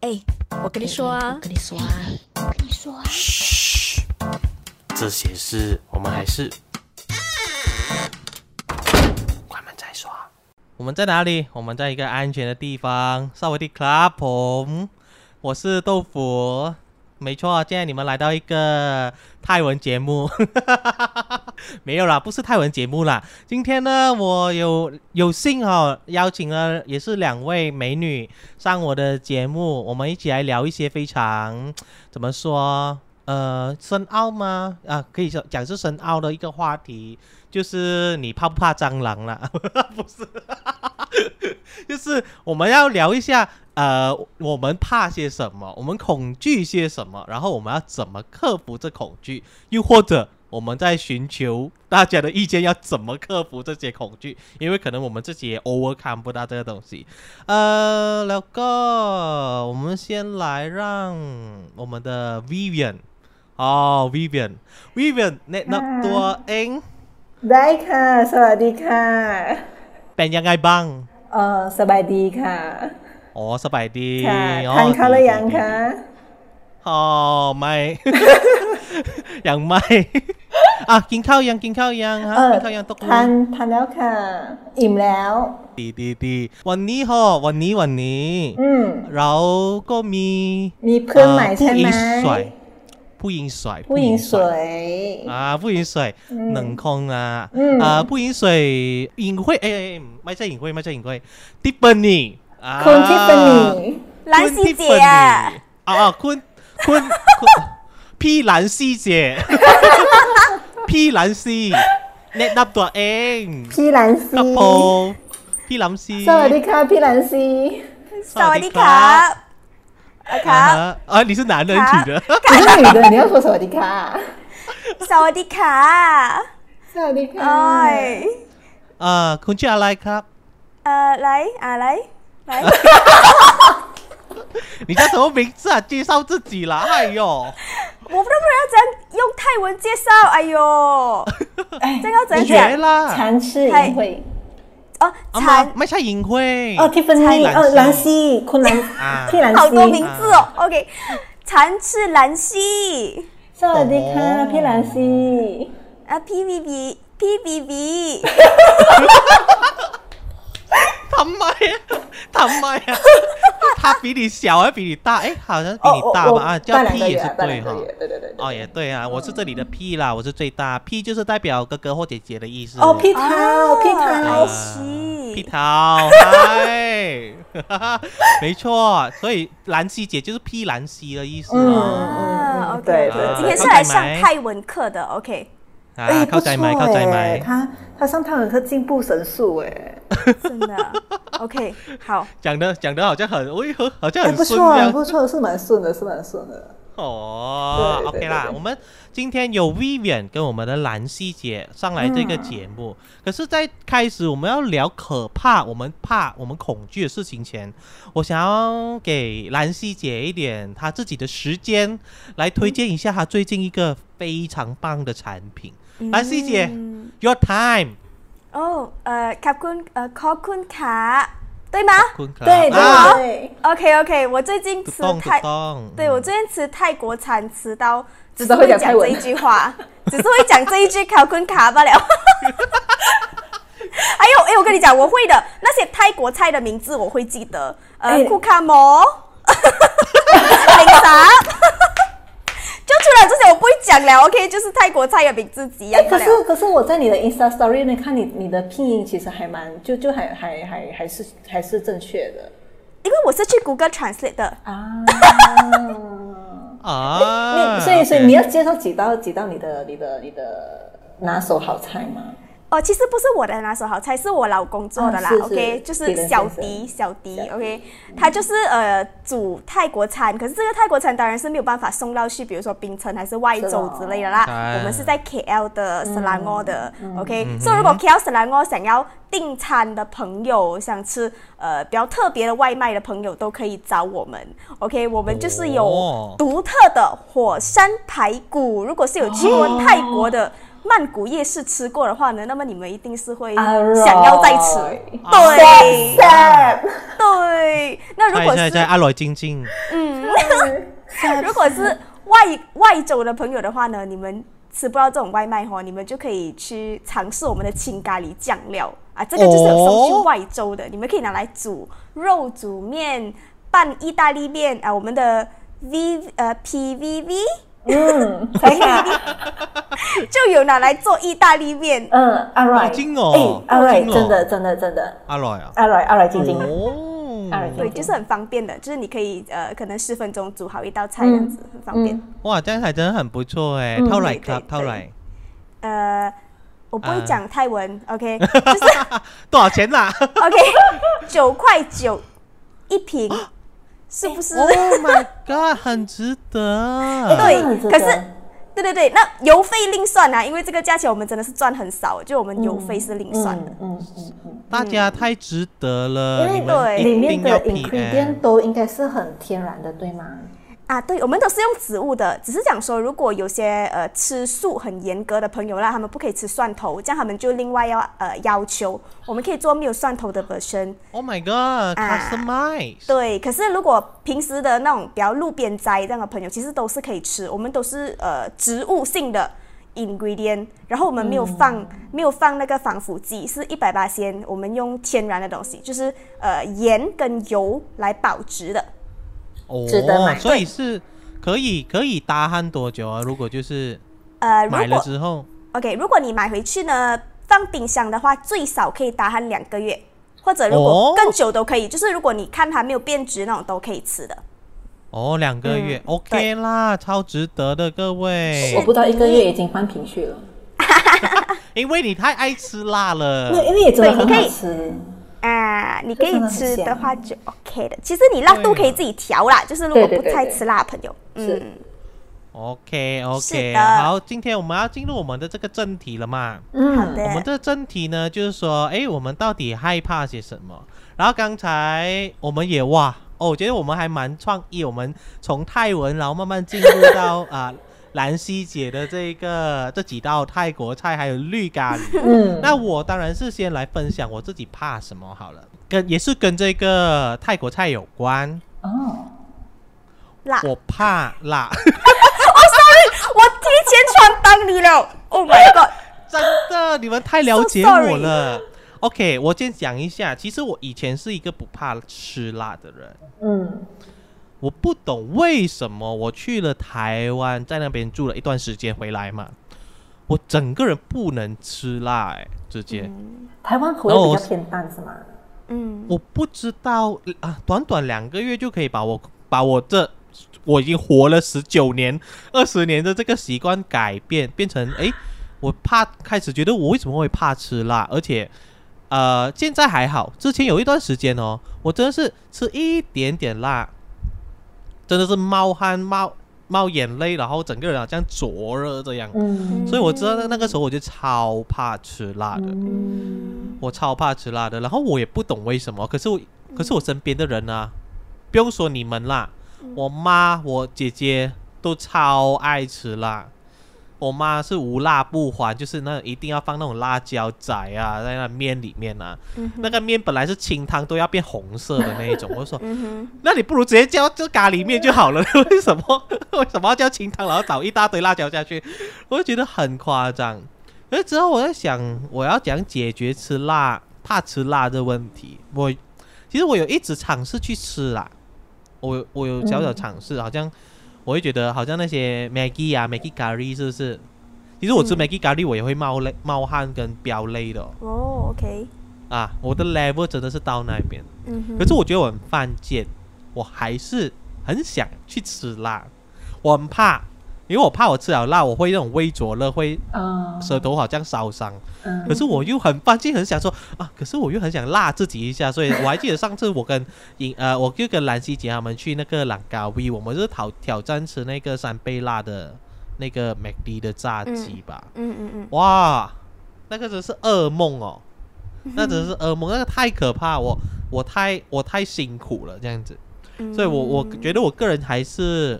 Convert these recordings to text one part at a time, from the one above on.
哎，我跟你说啊我，跟你说啊，这些事我们还是关门再说。啊我们在哪里？我们在一个安全的地方。萨瓦迪克拉ผม，我是豆腐。没错，现在你们来到一个泰文节目， 没有啦，不是泰文节目啦。今天呢，我有有幸哦，邀请了也是两位美女上我的节目，我们一起来聊一些非常怎么说？呃，深奥吗？啊，可以说讲是深奥的一个话题，就是你怕不怕蟑螂啦？不是，就是我们要聊一下，呃，我们怕些什么，我们恐惧些什么，然后我们要怎么克服这恐惧，又或者我们在寻求大家的意见，要怎么克服这些恐惧，因为可能我们自己也 overcome 不到这个东西。呃，老哥，我们先来让我们的 Vivian，哦，Vivian，Vivian，แนะนำตัวเอง ได้ค่ะ สวัสดีค่ะ เป็นยังไงบ้าง เออสบายดีค่ะ อ๋อสบายดี ค่ะ อ๋อ ทานข้าวหรือยัง ดี คะ ดีอ๋อไม่ ยังไม่ อ่ะกินข้าวยังกินข้าวยังฮะ เออ กินข้าวยังตกล ทาง นทานแล้วค่ะ อิ่มแล้ว ดีดีดีวันนี้ฮอวันนี้วันนี้ อืม เราก็มี มีเพื่อนใหม่ ผู้ ใช่ ห ไห ญิ ม งสวยผู้หญิงสวย ผู้หญิงสวย 啊，不饮水，冷空啊，嗯啊，不饮水，隐晦，哎哎，哎ไม่ใช่隐晦，ไม่ใช่隐晦，Tiffany，啊， คุณทิฟฟานี 兰西姐，啊啊，坤坤坤，พี่兰西 姐，พี่兰西，แนะนำตัวเอง พี่หลัน ครับ ซี ผมพี่ลัมซี สวัสดีค่ะ พี่หลันซี สวัสดีครับอ่ะค อ่า รับ ฮะอ่า你是男人取的 คุณหนุ่ยเดินเนี้ยคุณสวัสดีค่ะ สวัสดีค่ะ สวัสดีค่ะ โอ้ย อ่าคุณชื่ออะไรครับ เอ่อไรอ่ะไรไร 你叫什么名字啊？介绍自己啦！哎呦，我不知道要怎样用泰文介绍哎呦 这个要怎样绝讲啦！ ฉันชื่อ ใช่ อิงเฮย 哦啊蝉妈ไม่ใช่หญิงห้วย เออทิฟฟานี ใช่หลันซี เออหลันซีคุณหลัน อ่า พี่หลัน 好 ซี 多名字啊哦 OK 蝉翅兰溪 สวัสดีค่ะ พี่หลันซี 啊 PVB PVB ทำไมอะทำไม啊？ 他比你小还比你大？哎，好像比哦你哦大吧？啊，哦，叫大两 P 个也月是啊，大对两哈个。月，对对对对哦，也对啊，我是这里的 P 啦，我是最大。P 就是代表哥哥或姐姐的意思。哦，พี่เท้าพี่เท้哎า 啊屁是桃，嗨， 没错，所以兰溪姐就是 P 兰溪的意思啊。啊嗯 OK 对对今天是对来对上对泰文课的 OK 哎啊，靠在麦，靠在麦。他他上泰文课进步神速哎，真的 OK 好讲的讲的好像很，喂，好好像哎很不顺错这样啊，不错，是蛮顺的，是蛮顺的。哦对对，OK 对啦，对我们今天有 Vivian 跟我们的兰西姐上来这个嗯节目，可是，在开始我们要聊可怕、我们怕、我们恐惧的事情前，我想要给兰西姐一点她自己的时间，来推荐一下她最近一个非常棒的产品。嗯兰西姐，Your time， โอ้เอ่อขอบคุณเอ่อขอบคุณค่ะ呃对吗坤克对啊，对对， OK OK，我最近不吃动不泰，动，对我最近吃泰国餐吃到只是会讲泰这文一句话， 只是会讲这一句考坤卡罢了。 还有，哎，我跟你讲，我会的那些泰国菜的名字我会记得，呃，哎库卡摩， 零啥， 就除了这些我不会讲了。OK，就是泰国菜的名字一样哎，罢可了。是可是我在你的 Insta Story 里面看你你的拼音其实还蛮就就还还还还是还是正确的因为我是去 Google Translate 的，啊。啊， 你所以所以 OK 你要介绍几道几道你的你的你的拿手好菜吗？哦，其实不是我的拿手好菜，是我老公做的啦。啊是是 OK，别就是人小先迪，生小迪小迪，OK，他就是呃煮泰国餐，可是这个泰国餐当然是没有办法送到去，比如说槟城还是外是嗯州哦之类的啦。当我们是然在 KL 的 s e l a n g o 的，OK，所以嗯如果 KL s e l a n g o 想要订餐的朋友，想吃呃比较特别的外卖的朋友，都可以找我们，OK，我们就是有哦独特的火山排骨。如果是有去过泰国的曼谷夜市吃过的话呢，那么你们一定是会啊想要再吃。 啊对 แซ่บ 对，那如 ใช่ 果 ใช่ 是 ใช่อร่อยจริง 如果是外外州的朋友的话呢，你们吃不到这种外卖哦，你们就可以去尝试我们的青咖喱酱料啊，这个就是有送去外州的，你们可以拿来煮肉、煮面、拌意大利面啊，我们的 V 呃 PVV อืมใช่ ค่ะ 就有拿来做意大利面。 เอออร่อย จริงเหรอ เอ้ยอร่อย จริงเหรอ哎真的真的真的 ๆ อร่อยอ่ะ อร่อยอร่อยจริง โอ้ อร่อยจริง呃对，就是很方便的，就是你可以呃，可能十分钟煮好一道菜这样子，很方便。 ว้าแจ้งถ่ายเจอหันปุยโช่วย嗯เท่าไหร่ อืม ครับ เด็ดๆ เท่าไหร่ 呃，我不会啊讲泰文、o k ต่อเชนล่ะ OK，九块九一瓶，是不是？ Oh my god 很值得 ๆ 对嗯真的可是对对对，那邮费另算啊，因为这个价钱我们真的是赚很少，就我们邮费是另算的。嗯嗯嗯嗯大家太值得了因你为们对哎里一面定的要 PM ingredient 都应该是很天然的，对吗？啊，对，我们都是用植物的，只是讲说，如果有些呃吃素很严格的朋友啦，他们不可以吃蒜头，这样他们就另外要呃要求，我们可以做没有蒜头的 version。 Oh my god 啊 customize 对，可是如果平时的那种比较路边摘这样的朋友，其实都是可以吃，我们都是呃植物性的 ingredient，然后我们没有放、嗯没有放那个防腐剂，是一百八鲜，我们用天然的东西，就是呃盐跟油来保值的。哦值得买所以是可以可以搭焊多久啊？如果就是呃，如买了果之后 OK，如果你买回去呢，放冰箱的话，最少可以打它两个月，或者如哦果更久都可以，就是如果你看它没有变质那种都可以吃的。哦两个月、OK 对啦，超值得的各嗯我位，不到一个月已经换瓶去了，因为你太爱吃辣了因为。因为也哎真的很对你可以好吃。啊，你可以吃的话就 OK 的。其实你辣香度可以自己调啦，就是如果对对不对太对吃辣的朋友，是嗯， OK 是 OK，的好，今天我们要进入我们的这个正题了嘛？好嗯，我们的，这真题呢，就是说，哎，我们到底害怕些什么？然后刚才我们也哇，哦，我觉得我们还蛮创意，我们从泰文，然后慢慢进入到 啊、兰溪姐的这个这几道泰国菜，还有绿咖喱。 嗯那我当然是先来分享我自己怕什么好了，跟也是跟这个泰国菜有关，哦，辣。我怕辣，我提前闯荡你了，Oh my god！真的，你们太了解 So sorry 我了。OK，我先讲一下，其实我以前是一个不怕吃辣的人。嗯我不懂为什么我去了台湾，在那边住了一段时间回来嘛，我整个人不能吃辣、欸，直接、台湾口哦味比较偏淡是吗？嗯，我不知道啊，短短两个月就可以把我把我这我已经活了十九年、二十年的这个习惯改变，变成诶，我怕开始觉得我为什么会怕吃辣，而且呃，现在还好，之前有一段时间哦，我真的是吃一点点辣，真的是冒汗冒冒眼泪，然后整个人好像灼热这样，嗯所以我知道那那个时候我就超怕吃辣的。嗯我超怕吃辣的，然后我也不懂为什么，可是我可是我身边的人啊，不用说你们啦，我妈、我姐姐都超爱吃辣。我妈是无辣不欢，就是那一定要放那种辣椒仔啊，在那面里面啊，那个面本来是清汤都要变红色的那一种。我就说，那你不如直接叫这咖喱面就好了， 为什么为什么要叫清汤，然后倒一大堆辣椒下去？我就觉得很夸张。可是之后我在想，我要讲解决吃辣、怕吃辣这问题。我其实我有一直尝试去吃啦，我我有小小尝试，好像我会觉得好像那些 Maggie 啊、Maggie 咖喱是不是？其实我吃 Maggie 咖喱，我也会冒泪、冒汗跟飙泪的哦、哦，OK，啊！我的 level 真的是到那边，嗯哼，可是我觉得我很犯贱，我还是很想去吃辣，我很怕，因为我怕我吃了辣，我会那种微灼热，会啊舌头好像烧伤。嗯可是我又很犯贱，很想说啊，可是我又很想辣自己一下，所以我还记得上次我跟尹呃，我就跟兰希姐他们去那个朗高 V，我们是挑挑战吃那个三倍辣的那个 McD 的炸鸡吧，嗯嗯嗯，哇，那个真是噩梦哦，嗯那真是噩梦，那个太可怕，我我太我太辛苦了这样子，嗯所以我我觉得我个人还是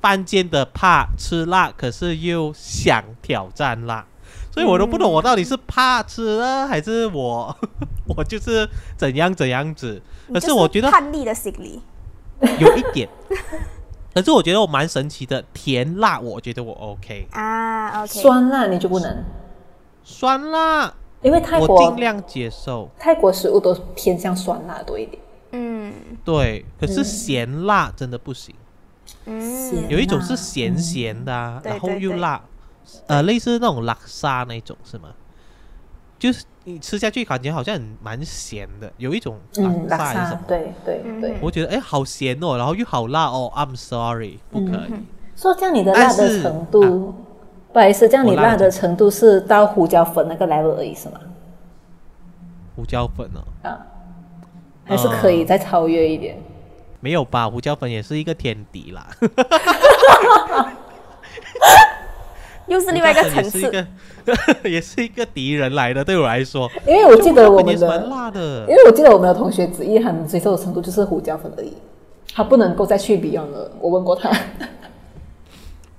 犯贱的怕吃辣，可是又想挑战辣。所以我都不懂我到底是怕吃呢，还是我 我就是怎样怎样子。可是我觉得叛逆的心理，有一点，可是我觉得我蛮神奇的，甜辣我觉得我 OK，啊，OK，酸辣你就不能，酸辣因为泰我尽国量接受，泰国食物都偏向酸辣多一点。嗯对，可是咸辣真的不行，嗯，咸有一种是辣咸咸的、啊，对然后对又对辣，呃，类似那种拉沙那种是吗？就是你吃下去感觉好像很蛮咸的，有一种嗯，拉沙拉还是什萨么，，对对对。我觉得哎好咸哦，然后又好辣哦，I'm sorry，不可以。嗯说这样你的但辣的是啊程度，不好意思，这样我你辣的辣的程度是到胡椒粉那个 level 而已是吗？胡椒粉哦，啊，还是可以再超越一点。啊没有吧？胡椒粉也是一个天敌啦，又是 另外一个层胡椒次，粉也是一个 也是一个敌人来的。对我来说，因为我记得胡我椒粉也是们的，蛮辣的因。为我记得我们的同学子毅他能接受的程度就是胡椒粉而已，他不能够再去 Beyond 了。我 问过他，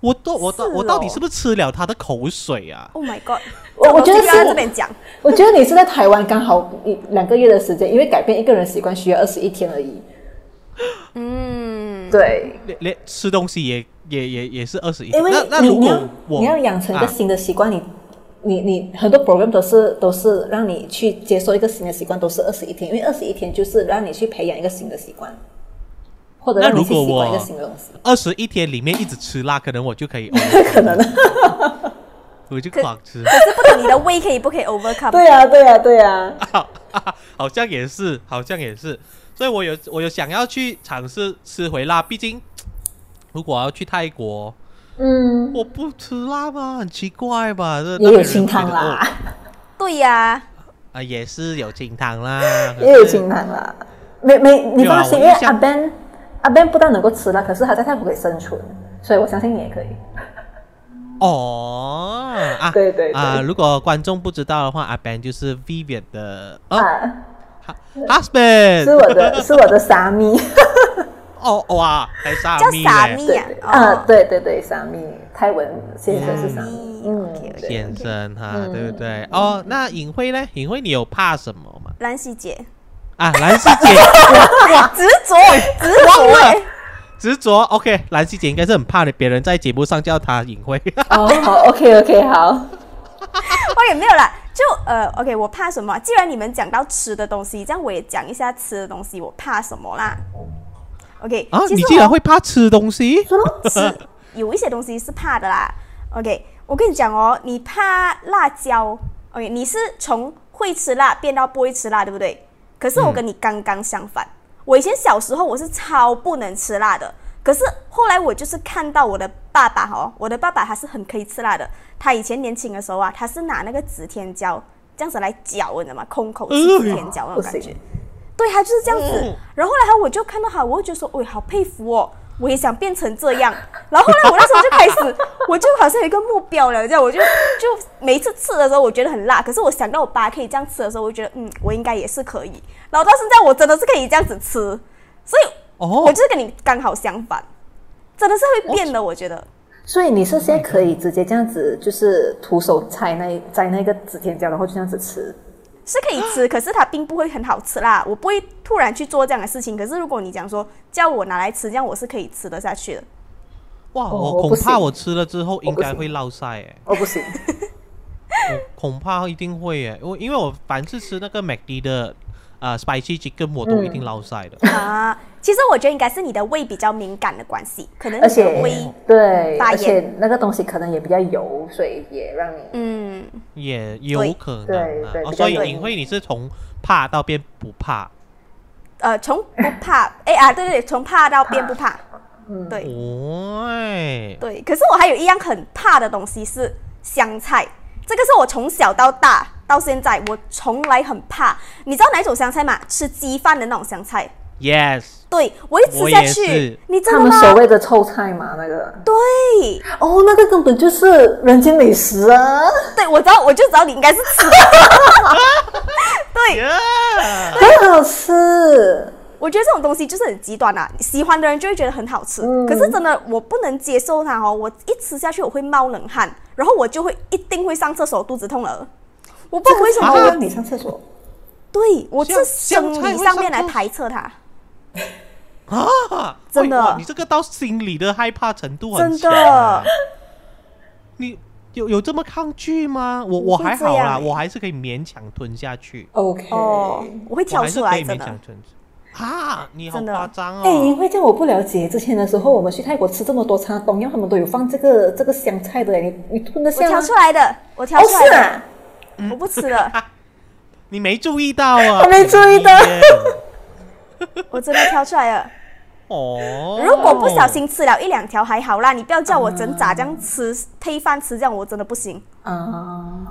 我到我到、是我到底哦是不是吃了他的口水啊？ Oh my god！我我觉得这个要是在这边讲，我觉得你是在台湾刚好一两个月的时间，因为改变一个人习惯需要二十一天而已。嗯，对，连连吃东西也也也也是二十一。因为那那你如你要果我你要养成一个啊新的习惯，你你你很多 program 都是都是让你去接受一个新的习惯，都是二十一天，因为二十一天就是让你去培养一个新的习惯，或者那让你如去果习惯一我个新的东西。 二十一天里面一直吃辣，可能我就可以，可能，啊我就可狂吃。可是不懂你的胃可以不可以 overcome？对啊呀、对呀、对呀、 好、啊，好像也是，好像也是。所以我有我有想要去尝试吃回辣，毕竟如果要去泰国，嗯，我不吃辣吗？很奇怪吧？这也有清汤啦，，对呀，哦那边人觉得哦啊、也是有清汤 啦， 也有可是清汤啦。没没，你对啊放心，我因就为像阿 Ben 阿 Ben 不但能够吃辣，可是他在泰国可以生存，所以我相信你也可以。哦啊，对对对啊！如果观众不知道的话，阿 Ben 就是 Vivian 的哦、啊，哈 husband，是我的，是我的沙咪。哦哇，还傻叫咪傻嘞咪对呀，啊，哦，对对对，沙咪，泰文先生是沙咪，咪嗯， ，OK 对 OK。先生哈，对不对？哦，那尹慧呢？尹慧，你有怕什么吗？兰溪姐，啊，兰师姐 执着，执着欸，执着，OK，兰师姐应该是很怕的，别人在节目上叫她尹慧。哦，好，OK OK，好，哦也没有啦，就呃，OK，我怕什么？既然你们讲到吃的东西，这样我也讲一下吃的东西，我怕什么啦 ？OK，啊，其你实竟我然会怕吃东西？吃有一些东西是怕的啦。OK，我跟你讲哦，你怕辣椒，OK，你是从会吃辣变到不会吃辣，对不对？可是我跟你刚刚相反，我以前小时候我是超不能吃辣的，可是后来我就是看到我的爸爸哦，我的爸爸他是很可以吃辣的，他以前年轻的时候啊，他是拿那个指天椒这样子来嚼，你知道吗？空口吃指天椒那哎不种感觉行。，对，他就是这样子。然后后来他我就看到他，我就觉得说，哎，好佩服哦，我也想变成这样。 然后后来我那时候就开始，我就好像有一个目标了，这样我就就每一次吃的时候，我觉得很辣，可是我想到我爸可以这样吃的时候，我就觉得嗯，我应该也是可以。然后到现在我真的是可以这样子吃，所以我哦就是跟你刚好相反，真的是会变的，我觉得。所以你是现在可以直接这样子，就是徒手拆那摘那个紫甜椒，然后就这样子吃。是可以吃，可是它并不会很好吃啦。我不会突然去做这样的事情。可是如果你讲说叫我拿来吃，这样我是可以吃得下去的。哇，哦我我恐不怕行我吃了之后应不该行会落晒哎，哦，不行，我恐怕一定会哎，我因为我凡是吃那个 McD 的啊 spicy chicken 我都一定落晒的。啊，其实我觉得应该是你的胃比较敏感的关系，可能而 你的且胃，对，发炎而且那个东西可能也比较油，所以也让你嗯，也有对可能对啊对，哦比所较以容易尹慧你是从怕到变不怕呃，从不怕， 哎啊，对对对，从怕到变不怕，嗯对哦，哎对。可是我还有一样很怕的东西是香菜，这个是我从小到大到现在我从来很怕。你知道哪一种香菜吗？吃鸡饭的那种香菜， ，yes，对我一吃我下也是去，你真他的们所吗？谓的臭菜嘛，那个对，哦，那个根本就是人间美食 啊！对我知道，我就知道你应该是 吃的。对， Yeah 很好吃，我觉得这种东西就是很极端啊，喜欢的人就会觉得很好吃，嗯可是真的我不能接受它哦，我一吃下去我会冒冷汗，然后我就会一定会上厕所，肚子痛了。我不知道为什么我，啊你上厕所，对我是香香生菜理会上面来上厕排斥它，啊，真的喂哇你这个到心里的害怕程度很真强的啊。你有有这么抗拒吗？我我会还这好样啦，欸我还是可以勉强吞下去， OK，哦，我会我挑还是出可来，以真勉的强。吞。啊，你好真的夸张哎，哦！因为这样我不了解，之前的时候我们去泰国吃这么多餐东药，他们都有放这个这个香菜的，你你吞得我下吗挑？出来的，我挑哦，出来是的，啊，我不吃了，你没注意到啊？我没注意到哎 我真的挑出 来了。哦，如果不小心吃了一两条还好啦，你不要叫我整咋这样吃配饭吃，这样我真的不行，啊，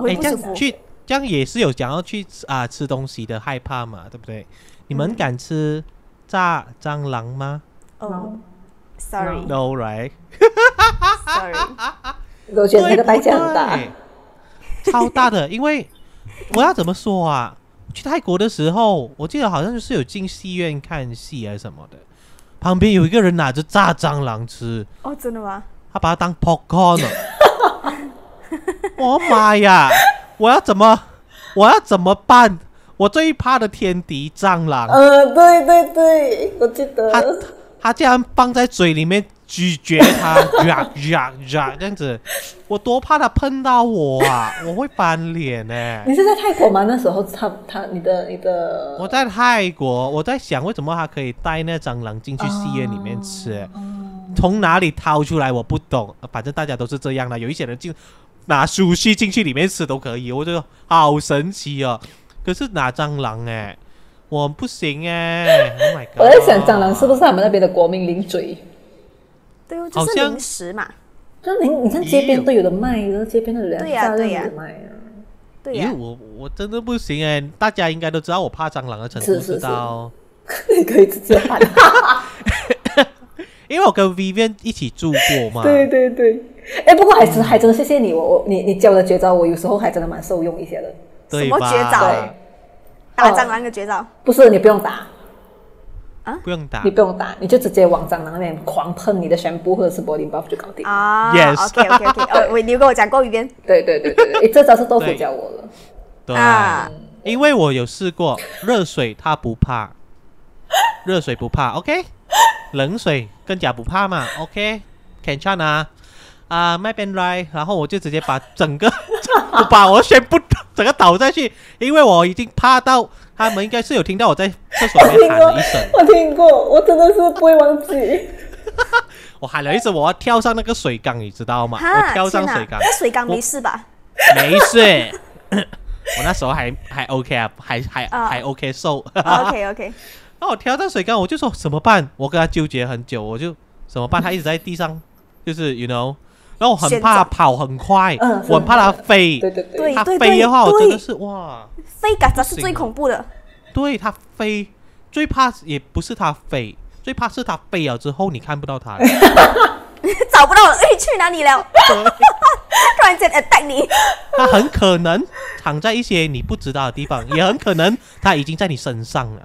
我哎，会不这舒样服。去，这样也是有想要去吃啊吃东西的害怕嘛，对不对？你们嗯敢吃炸蟑螂吗哦，sorry ？No right， sorry，我觉得那个代价很大。对不对超大的。因为我要怎么说啊？去泰国的时候，我记得好像是有进戏院看戏还是什么的，旁边有一个人拿着炸蟑螂吃，哦，真的吗？他把它当 popcorn 了。 我妈呀！我要怎么，我要怎么办？我最怕的天敌蟑螂，呃，对对对，我记他得。他竟然放在嘴里面咀嚼它， 呀呀呀，这样子，我多怕它碰到我啊！我会翻脸呢、你是在泰国吗？那时候他他你的你的我在泰国，我在想为什么他可以带那蟑螂进去戏院里面吃，从哪里掏出来我不懂，反正大家都是这样的，有一些人进拿苏西进去里面吃都可以，我觉得好神奇哦。可是拿蟑螂哎、我不行哎、o h my god！我在想蟑螂是不是他们那边的国民零嘴？对哦，就是好像零食嘛。就是你你看街边都有的卖的，街边都有人对呀炸对都有呀的卖啊。 对因为呀，我我真的不行哎、大家应该都知道我怕蟑螂的程度，是是知道？你可以直接 喊。因为我跟 Vivian 一起住过嘛，对对对。哎，不过还是还真的谢谢你，我我你你教的绝招，我有时候还真的蛮受用一些的。对什么吧？绝招对，打蟑螂的绝哦招。不是你不用打，不用打你不用打，你就直接往蟑螂那边狂喷你的宣布或者是柏林 buff 就搞定。啊 Yes OK OK OK，哦， 喂，你有跟我讲过一遍对对对 对对，哎这招是豆腐对教我的。对。啊？因为我有试过热水，它不怕，热水不怕，OK，冷水更加不怕嘛，OK，can、c h a n 啊，啊，ไม่เป็นไร然后我就直接把整个， 我把我宣布整个倒下去，因为我已经怕到他们应该是有听到我在厕所里面喊了一 声，我听过，我真的是不会忘记。我喊了一声，我要跳上那个水缸，你知道吗？啊我哈，跳天上哪水缸，那水缸没事吧？没事， 我那时候还还 OK 啊，还还啊还 OK 瘦、 OK OK，那我哦挑到水缸，我就说怎么办？我跟他纠结很久，我就怎么办？他一直在地上，就是 you know，然后我很旋怕转跑很快嗯，我很怕它飞。对对对对它飞的话，对我对真的是哇，飞嘎子是不行最恐怖的。对它飞，最怕也不是它飞，最怕是它飞了之后你看不到它了。 找不到了，哎，去哪里了？ 突然间 attack 你， 它很可能躺在一些你不知道的地方，也很可能它已经在你身上了，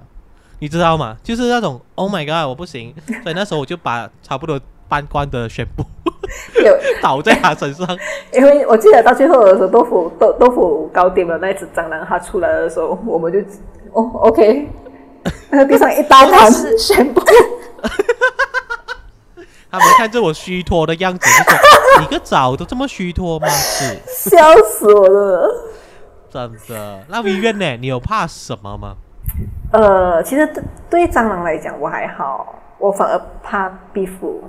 你知道吗？就是那种 Oh my God，我不行，所以那时候我就把差不多半罐的宣布 有，倒在它身上。因为我记得到最后的时候，豆腐豆豆腐糕点的那只蟑螂它出来的时候，我们就哦 OK，那个地上一大盘 全部。他们看着我虚脱的样子，就说：“你个澡都这么虚脱吗？”是笑死我了。真的。那 V 院呢？你有怕什么吗？呃，其实对对蟑螂来讲我还好，我反而怕壁虎。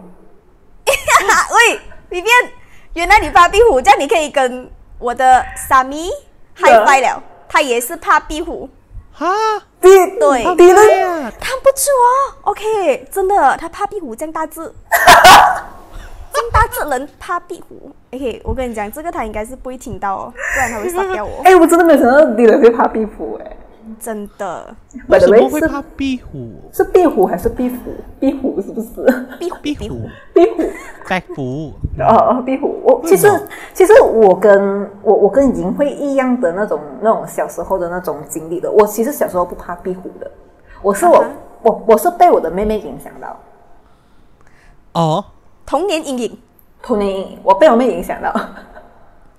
啊喂，里面原来你怕壁虎，这样你可以跟我的萨米啊嗨翻了，他也是怕壁虎，哈，敌对对敌人呀、看不出哦。OK，真的，他怕壁虎，这样大只， 这样大只人怕壁虎。OK，我跟你讲，这个他应该是不会听到哦，不然他会杀 掉我，哎、我真的没有想到敌人会怕壁虎哎、真的。为什 By the 么 way，会是怕壁虎？是壁虎还是壁虎？壁虎是不是？壁虎，壁虎，壁虎。在虎，哦，壁虎，我其实为什么其实我跟我我跟银会一样的那种那种小时候的那种经历的。我其实小时候不怕壁虎的，我是我、啊哈我我是被我的妹妹影响到，哦童年阴影，童年阴影，我被我妹影响到。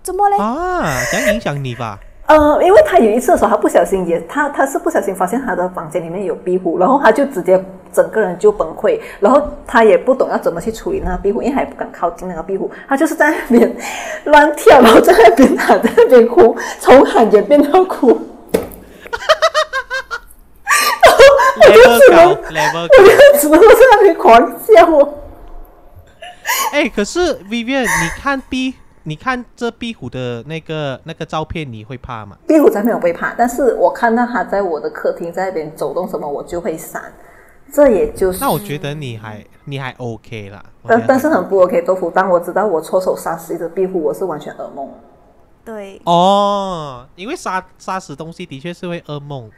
怎么嘞？啊，想影响你吧？呃，因为她有一次的时候，她不小心也，她她是不小心发现她的房间里面有壁虎，然后她就直接整个人就崩溃，然后她也不懂要怎么去处理那个壁虎，因为她也不敢靠近那个壁虎，她就是在那边乱跳，然后在那边喊，在那边哭，从喊也变到哭， 我就，level 只能，高，level 高。我就只能在那边狂笑哦。哎，可是 Vivian，你看壁，你看这壁虎的那个那个照片，你会怕吗？壁虎才没有被怕，但是我看到它在我的客厅在那边走动什么，我就会闪。这也就是那我觉得你还你还 OK 啦。我觉呃但得但是很不 OK，豆腐。当我知道我错手杀死一只壁虎，我是完全噩梦。对，哦，因为杀杀死东西的确是会噩梦，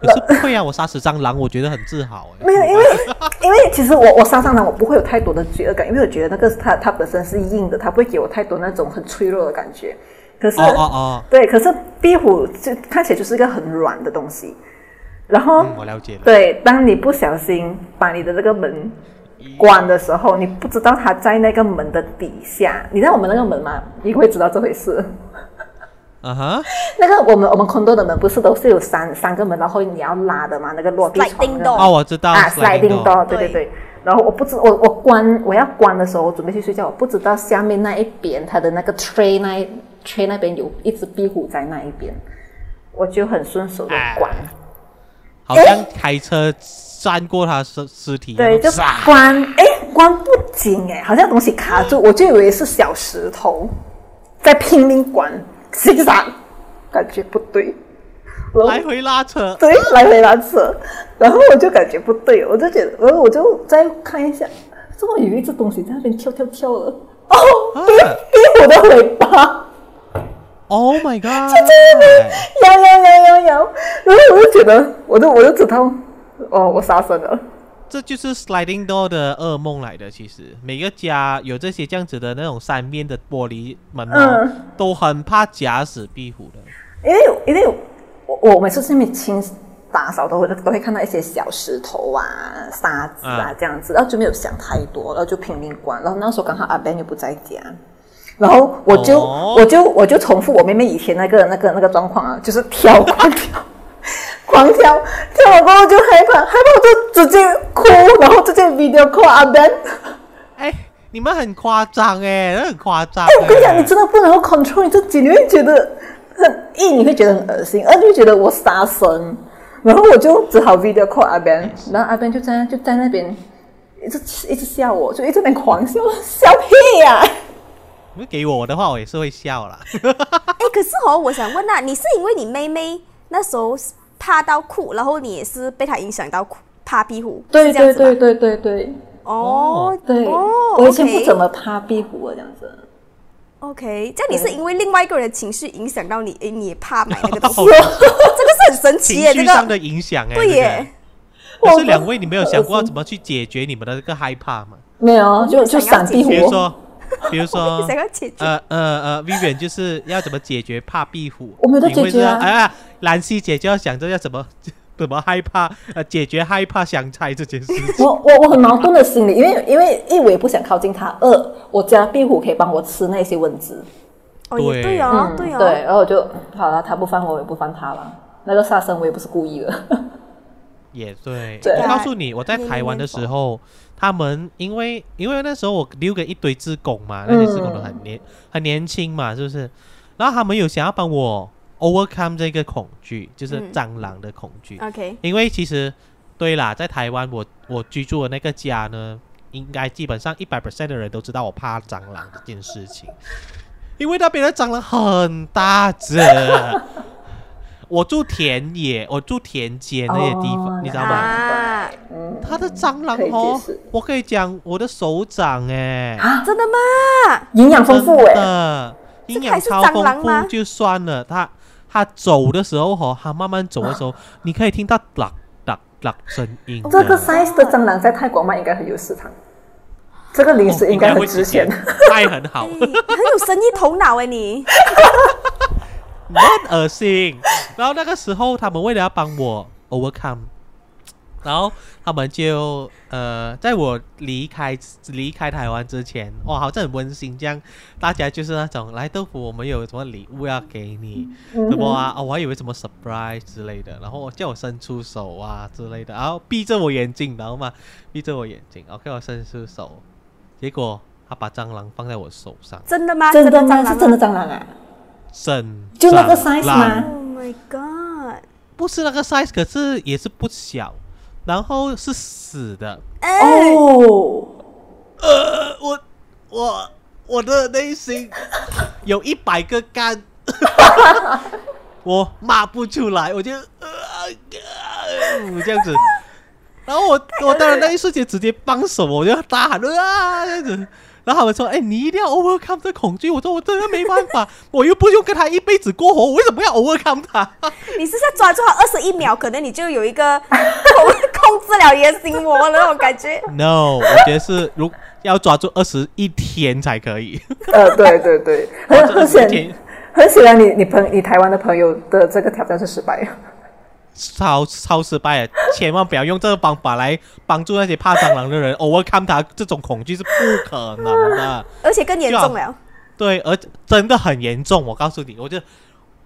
可是不会啊，我杀死蟑螂，我觉得很自豪哎、没有，因为 因为其实我我杀蟑螂，我不会有太多的罪恶感，因为我觉得那个它它本身是硬的，它不会给我太多那种很脆弱的感觉。可是哦哦哦，对，可是壁虎就看起来就是一个很软的东西，然后、嗯，我了解了。对，当你不小心把你的这个门关的时候，你不知道它在那个门的底下。你知道我们那个门吗？你会知道这回事。啊哈，那个我们我们 condo 的门不是都是有三三个门，然后你要拉的嘛？那个落地窗 Sliding 那个 door 哦，我知道啊 sliding ，sliding door door，对对对对。然后我不知我我关我要关的时候，我准备去睡觉，我不知道下面那一边它的那个 tray 那一 tray 那边有一只壁虎在那一边，我就很顺手的关。啊好像开车钻过他尸尸体一样，对，就唰关哎关不紧哎，好像东西卡住，我就以为是小石头在拼命关，实际上感觉不对，然后来回拉扯，对来回拉扯，然后我就感觉不对，我就觉得，然后我就再看一下，怎么有一只东西在那边跳跳跳了？哦，壁啊壁虎的尾巴。 ，Oh my god，摇摇摇摇摇，然后我就觉得，我就我就知道，哦，我杀生了。这就是 sliding door 的噩梦来的。其实每个家有这些这样子的那种三面的玻璃门哦，嗯都很怕夹死壁虎的。因为因为我我每次去那边清打扫都会都会看到一些小石头啊、沙子啊嗯这样子，然后就没有想太多，然后就拼命关。然后那时候刚好阿 Ben 又不在家，然后我就、哦我就我就重复我妹妹以前那个那个那个状况啊，就是跳狂跳。狂跳，跳完过后就害怕，害怕我就直接哭，然后直接 video call 阿 Ben。哎，你们很夸张哎，那很夸张、哎，我跟你讲，哎你真的不能够 control 你自己，你会觉得很一，你会觉得很恶心；二，你会觉得我杀生。然后我就只好 video call 阿 Ben，然后阿 Ben 就在就在那边一直一直笑我，就一直在那边狂笑，笑屁呀、你们给我的话，我也是会笑 啦。哎，可是哦，我想问啊，你是因为你妹妹那时候怕到哭，然后你也是被她影响到哭，怕壁虎，对是这样对子吧对对对对哦，对，哦，我以前不怎么怕壁虎的这样子。 OK，这样你是因为另外一个人的情绪影响到你，诶，你也怕买那个东西，哦 这个是很神奇情耶，这绪上个的影响哎、对这个耶，可是我两位，你没有想过要我怎么去解决你们的这个害怕吗？没有，就就想要闪壁比如虎。说，比如说 你想，要解决呃呃呃，Vivian 就是要怎么解决怕壁虎？我没有在你会解决啊知道哎、呀，兰溪姐就要想着要怎么 怎么害怕，呃，解决害怕香菜这件事情。我我我很矛盾的心理，因为因为一我也不想靠近它，二我家壁虎可以帮我吃那些蚊子。哦，对也对哦嗯，对对，哦，然后我就好了，他不翻我，我也不翻他了。那个杀生我也不是故意的，也对，对我告诉你，我在念台湾念的时佛候，他们因为因为那时候我留给一堆志工嘛，那些志工都很年、很年轻嘛，是不是？然后他们有想要帮我 overcome 这个恐惧，就是嗯蟑螂的恐惧。 OK，因为其实对啦，在台湾我我居住的那个家呢，应该基本上一百 percent 的人都知道我怕蟑螂这件事情，因为那边的蟑螂很大只。我住田野，我住田间那些地方，哦你知道吗？啊，嗯，它的蟑螂可以哦解释，我可以讲我的手掌哎、啊真的吗？ 营养丰富真哎、的，营养超这个还是蟑丰螂吗富就算了，它它走的时候哦，它慢慢走的时候，你可以听到哒哒哒声音的。这个 size 的蟑螂在泰国卖应该很有市场，这个零哦食应该很会值钱。，卖很好 哎，很有生意头脑哎，你很恶心。然后那个时候他们为了要帮我 overcome 然后他们就呃，在我离开离开台湾之前，哇，好像很温馨这样，大家就是那种来豆腐，我们有什么礼物要给你，嗯什么啊、哦我还以为什么 surprise 之类的，然后叫我伸出手啊之类的，然后闭着我眼睛，然后嘛，闭着我眼睛，OK，我伸出手，结果他把蟑螂放在我手上，真的 吗？真的蟑吗？螂是真的蟑螂啊？真就那个蟑 size 螂吗 o h Oh my god！不是那个 size，可是也是不小，然后是死的。哎哦，呃，我我我的内心有一百个肝， 我骂不出来，我就呃呃这样子。然后我我当然那一瞬间直接帮手，我就大喊啊这样子。然后他们说：“哎、你一定要 overcome 这恐惧。”我说：“我真的没办法，我又不用跟他一辈子过活，我为什么要 overcome 他？”你是要抓住它二十一秒，可能你就有一个 控控制了你的心魔的那种感觉。 No，我觉得是如要抓住二十一天才可以。 呃，对对对，很这个很是显挺很显然你，你朋你台湾的朋友的这个挑战是失败了。超超失败了，千万不要用这个方法来帮助那些怕蟑螂的人 overcome 他这种恐惧是不可能的。 而且更严重了。对，而真的很严重，我告诉你，我就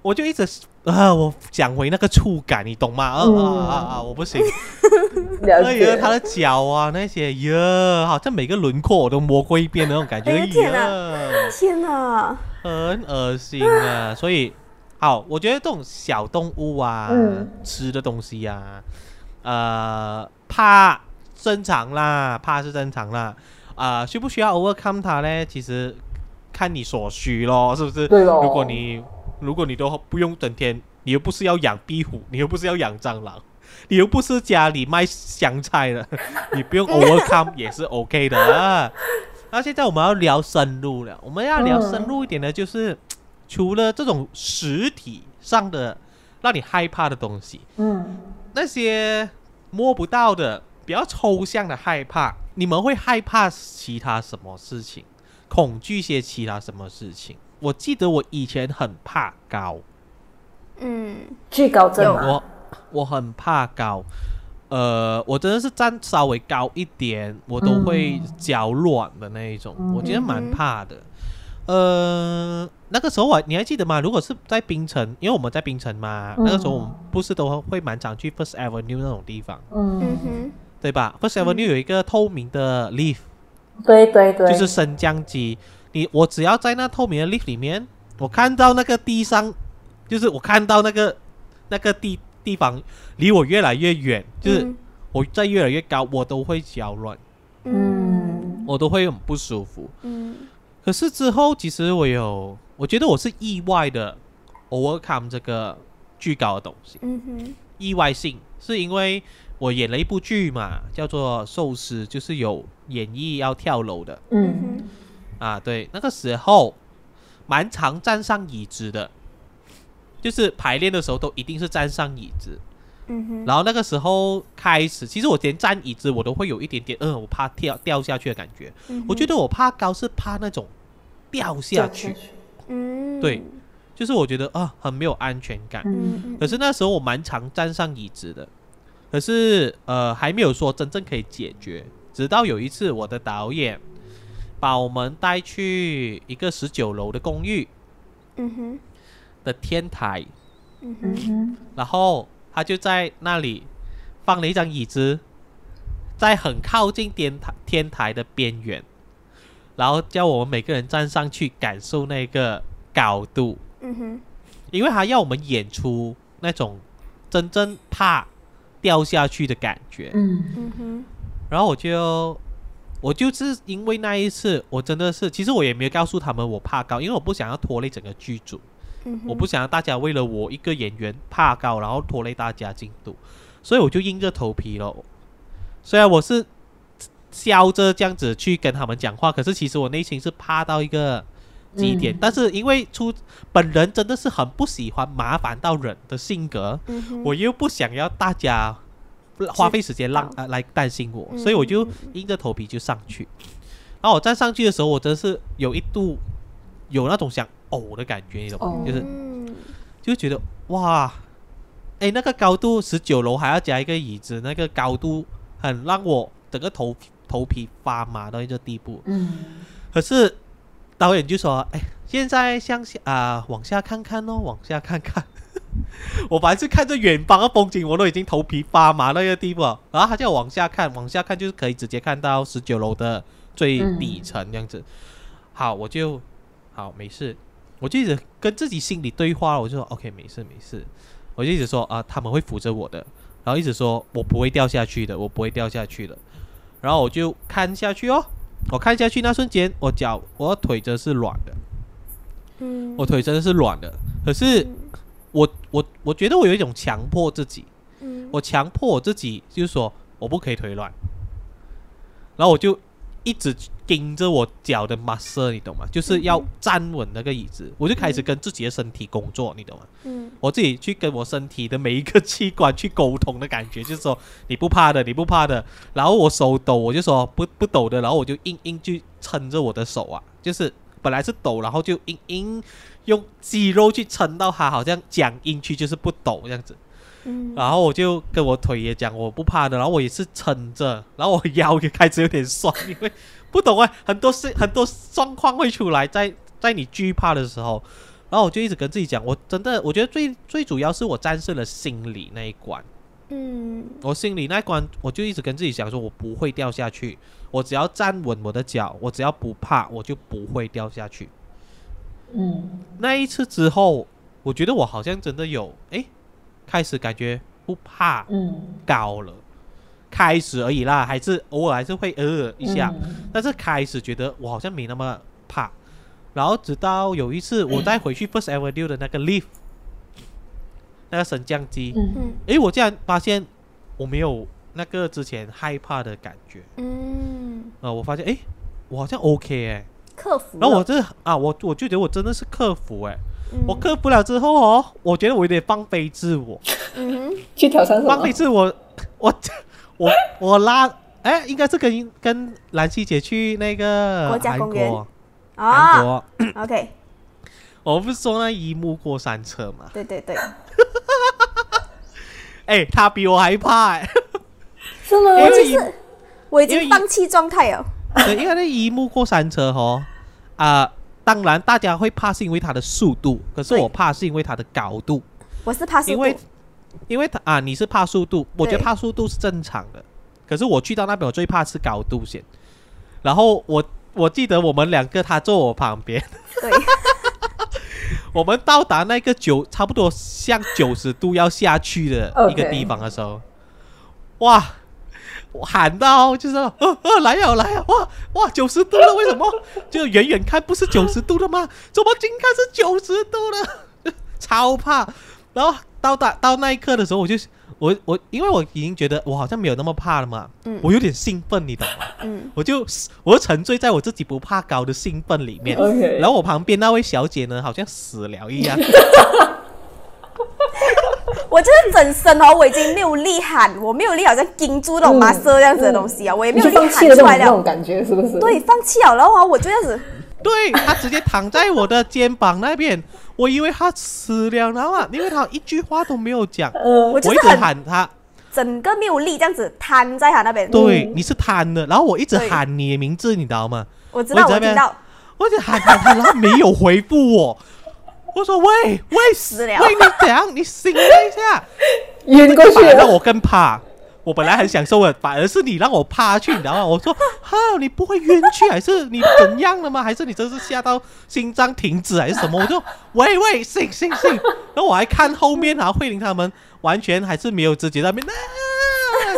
我就一直啊，我讲回那个触感，你懂吗？啊嗯啊啊啊！我不行，了哎呀，解，他的脚啊那些，呀，好像每个轮廓我都摸过一遍的那种感觉，哎呀天哪呀天哪！很恶心啊！所以，好，我觉得这种小动物啊，嗯吃的东西啊，呃，怕正常啦，怕是正常啦，啊、需不需要 overcome 它呢？其实看你所需咯，是不是？对咯如果你如果你都不用整天，你又不是要养壁虎，你又不是要养蟑螂。你又不是家里卖香菜的， 你不用 overcome 也是 OK 的啊。那现在我们要聊深入了，我们要嗯聊深入一点的，就是、除了这种实体上的让你害怕的东西，嗯，那些摸不到的、比较抽象的害怕，你们会害怕其他什么事情？恐惧些其他什么事情？我记得我以前很怕高，嗯，惧高症嘛，我我很怕高，呃，我真的是站稍微高一点，我都会脚软的那一种，我觉得蛮怕的。呃，那个时候我你还记得吗？如果是在槟城，因为我们在槟城嘛，那个时候我们不是都会蛮常去 First Avenue 那种地方，嗯，嗯对吧？First Avenue 有一个透明的 lift，、对对对，就是升降机。你我只要在那透明的 lift 里面，我看到那个地上，就是我看到那个那个地地方离我越来越远，就是嗯我在越来越高，我都会脚软，哼，嗯我都会很不舒服。嗯可是之后，其实我有，我觉得我是意外的 overcome 这个巨高的东西。嗯哼，意外性，是因为我演了一部剧嘛，叫做《寿司》，就是有演绎要跳楼的。嗯嗯，哼，啊，对，那个时候蛮常站上椅子的，就是排练的时候都一定是站上椅子。嗯哼，然后那个时候开始，其实我连站椅子我都会有一点点，嗯、我怕掉掉下去的感觉。我觉得我怕高是怕那种嗯掉下去，嗯，对，就是我觉得啊很没有安全感。嗯，嗯可是那时候我蛮常站上椅子的，可是呃还没有说真正可以解决。直到有一次，我的导演把我们带去一个十九楼的公寓嗯哼，的天台，嗯哼，然后他就在那里放了一张椅子，在很靠近天台天台的边缘，然后叫我们每个人站上去感受那个高度。嗯哼，因为他要我们演出那种真正怕掉下去的感觉。嗯嗯哼，然后我就我就是因为那一次，我真的是，其实我也没有告诉他们我怕高，因为我不想要拖累整个剧组，嗯哼，我不想要大家为了我一个演员怕高，然后拖累大家进度，所以我就硬着头皮咯。虽然我是笑着这样子去跟他们讲话，可是其实我内心是怕到一个极嗯点。但是因为出本人真的是很不喜欢麻烦到人的性格，嗯哼，我又不想要大家花费时间让知呃来担心我，嗯所以我就硬着头皮就上去。然后我站上去的时候，我真的是有一度有那种想呕的感觉，你懂吗？哦就是嗯就觉得哇，哎，那个高度十九楼还要加一个椅子，那个高度很让我整个头头皮发麻到一个地步。嗯，可是导演就说：“哎，现在向下啊、往下看看哦，往下看看。” 我本来是看着远方的风景，我都已经头皮发麻到一个地步了。然后他叫我往下看，往下看就是可以直接看到十九楼的最底层这样子。好，我就好没事，我就一直跟自己心里对话，我就说哦 OK 没事没事，我就一直说啊他们会扶着我的，然后一直说我不会掉下去的，我不会掉下去的。然后我就看下去哦，我看下去那瞬间，我脚我腿真的是软的，嗯我腿真的是软的。可是我我我觉得我有一种强迫自己，嗯我强迫我自己，就是说我不可以腿软，然后我就一直盯着我脚的 muscle，你懂吗？就是要站稳那个椅子，我就开始跟自己的身体工作，你懂吗？嗯我自己去跟我身体的每一个器官去沟通的感觉，就是说你不怕的，你不怕的。然后我手抖，我就说不不抖的，然后我就硬硬去撑着我的手啊，就是本来是抖，然后就硬硬用肌肉去撑到它，好像僵硬去，就是不抖这样子。嗯然后我就跟我腿也讲我不怕的，然后我也是撑着，然后我腰也开始有点酸，因为不懂啊，很多事很多状况会出来，在在你惧怕的时候，然后我就一直跟自己讲，我真的我觉得最最主要是我战胜了心理那一关，嗯我心里那一关，我就一直跟自己讲说，我不会掉下去，我只要站稳我的脚，我只要不怕，我就不会掉下去。嗯，那一次之后，我觉得我好像真的有诶，开始感觉不怕嗯，高了，开始而已啦，还是偶尔还是会呃一下，嗯但是开始觉得我好像没那么怕，然后直到有一次我再回去 First Avenue 的那个 lift，那个升降机，嗯，嗯，嗯诶，我竟然发现我没有那个之前害怕的感觉，嗯，呃，我发现诶，我好像 OK 哎、克服了。然后我这啊，我我就觉得我真的是克服哎、嗯我克服了之后哦，我觉得我有点放飞自 我，嗯去挑战什放么飞？自我，我我我拉，哎，应该是跟跟兰希姐去那个国家韩公园哼韩啊国， ，OK，我哦们不是说那一木过山车嘛？对对对，哎，他比我还怕、哎是吗？因我为其一实我已因为经一放弃状态了。 对，因为那一木过山车哦，啊、当然大家会怕是因为它的速度，可是对我怕是因为它的高度，我是怕速因度，为因为它啊，你是怕速度，我觉得对怕速度是正常的，可是我去到那边我最怕是高度先，然后我我记得我们两个他坐我旁边。对， 我们到达那个九差不多像九十度要下去的 OK 一个地方的时候哇，我喊到就是呃呃来呀来呀，哇哇九十度了，为什么？就远远看不是九十度的吗？怎么近看是九十度了？ 超怕。然后到达到那一刻的时候，我就我我因为我已经觉得我好像没有那么怕了嘛，嗯我有点兴奋，你懂吗？嗯我就我就沉醉在我自己不怕高的兴奋里面。 OK 然后我旁边那位小姐呢，好像死了一样，我就是整身哦，我已经没有力喊，我没有力好像盯住那种嗯麻色这样子的东西啊，我也没你有就力放喊弃了这出种来这种了。感觉，是不是？对，，放弃了，然后啊我就这样子，对她直接躺在我的肩膀那边，我以为她死了，然后啊，因为她一句话都没有讲，呃我，哦就我一是直很喊她，整个没有力这样子瘫在他那边。对嗯，你是瘫的，然后我一直对喊你的名字，你知道吗？我知道，我一直在我那听边到，我就喊喊喊，然后没有回复我。我说喂喂死了喂你怎样？你醒了一下，晕过去反而让了。我更怕。我本来很享受的，反而是你让我趴去，你知道吗？我说哈，你不会晕去，还是你怎样了吗？还是你真是吓到心脏停止还是什么？我就喂喂，醒醒醒！然后我还看后面啊，慧玲他们完全还是没有知觉到面，啊、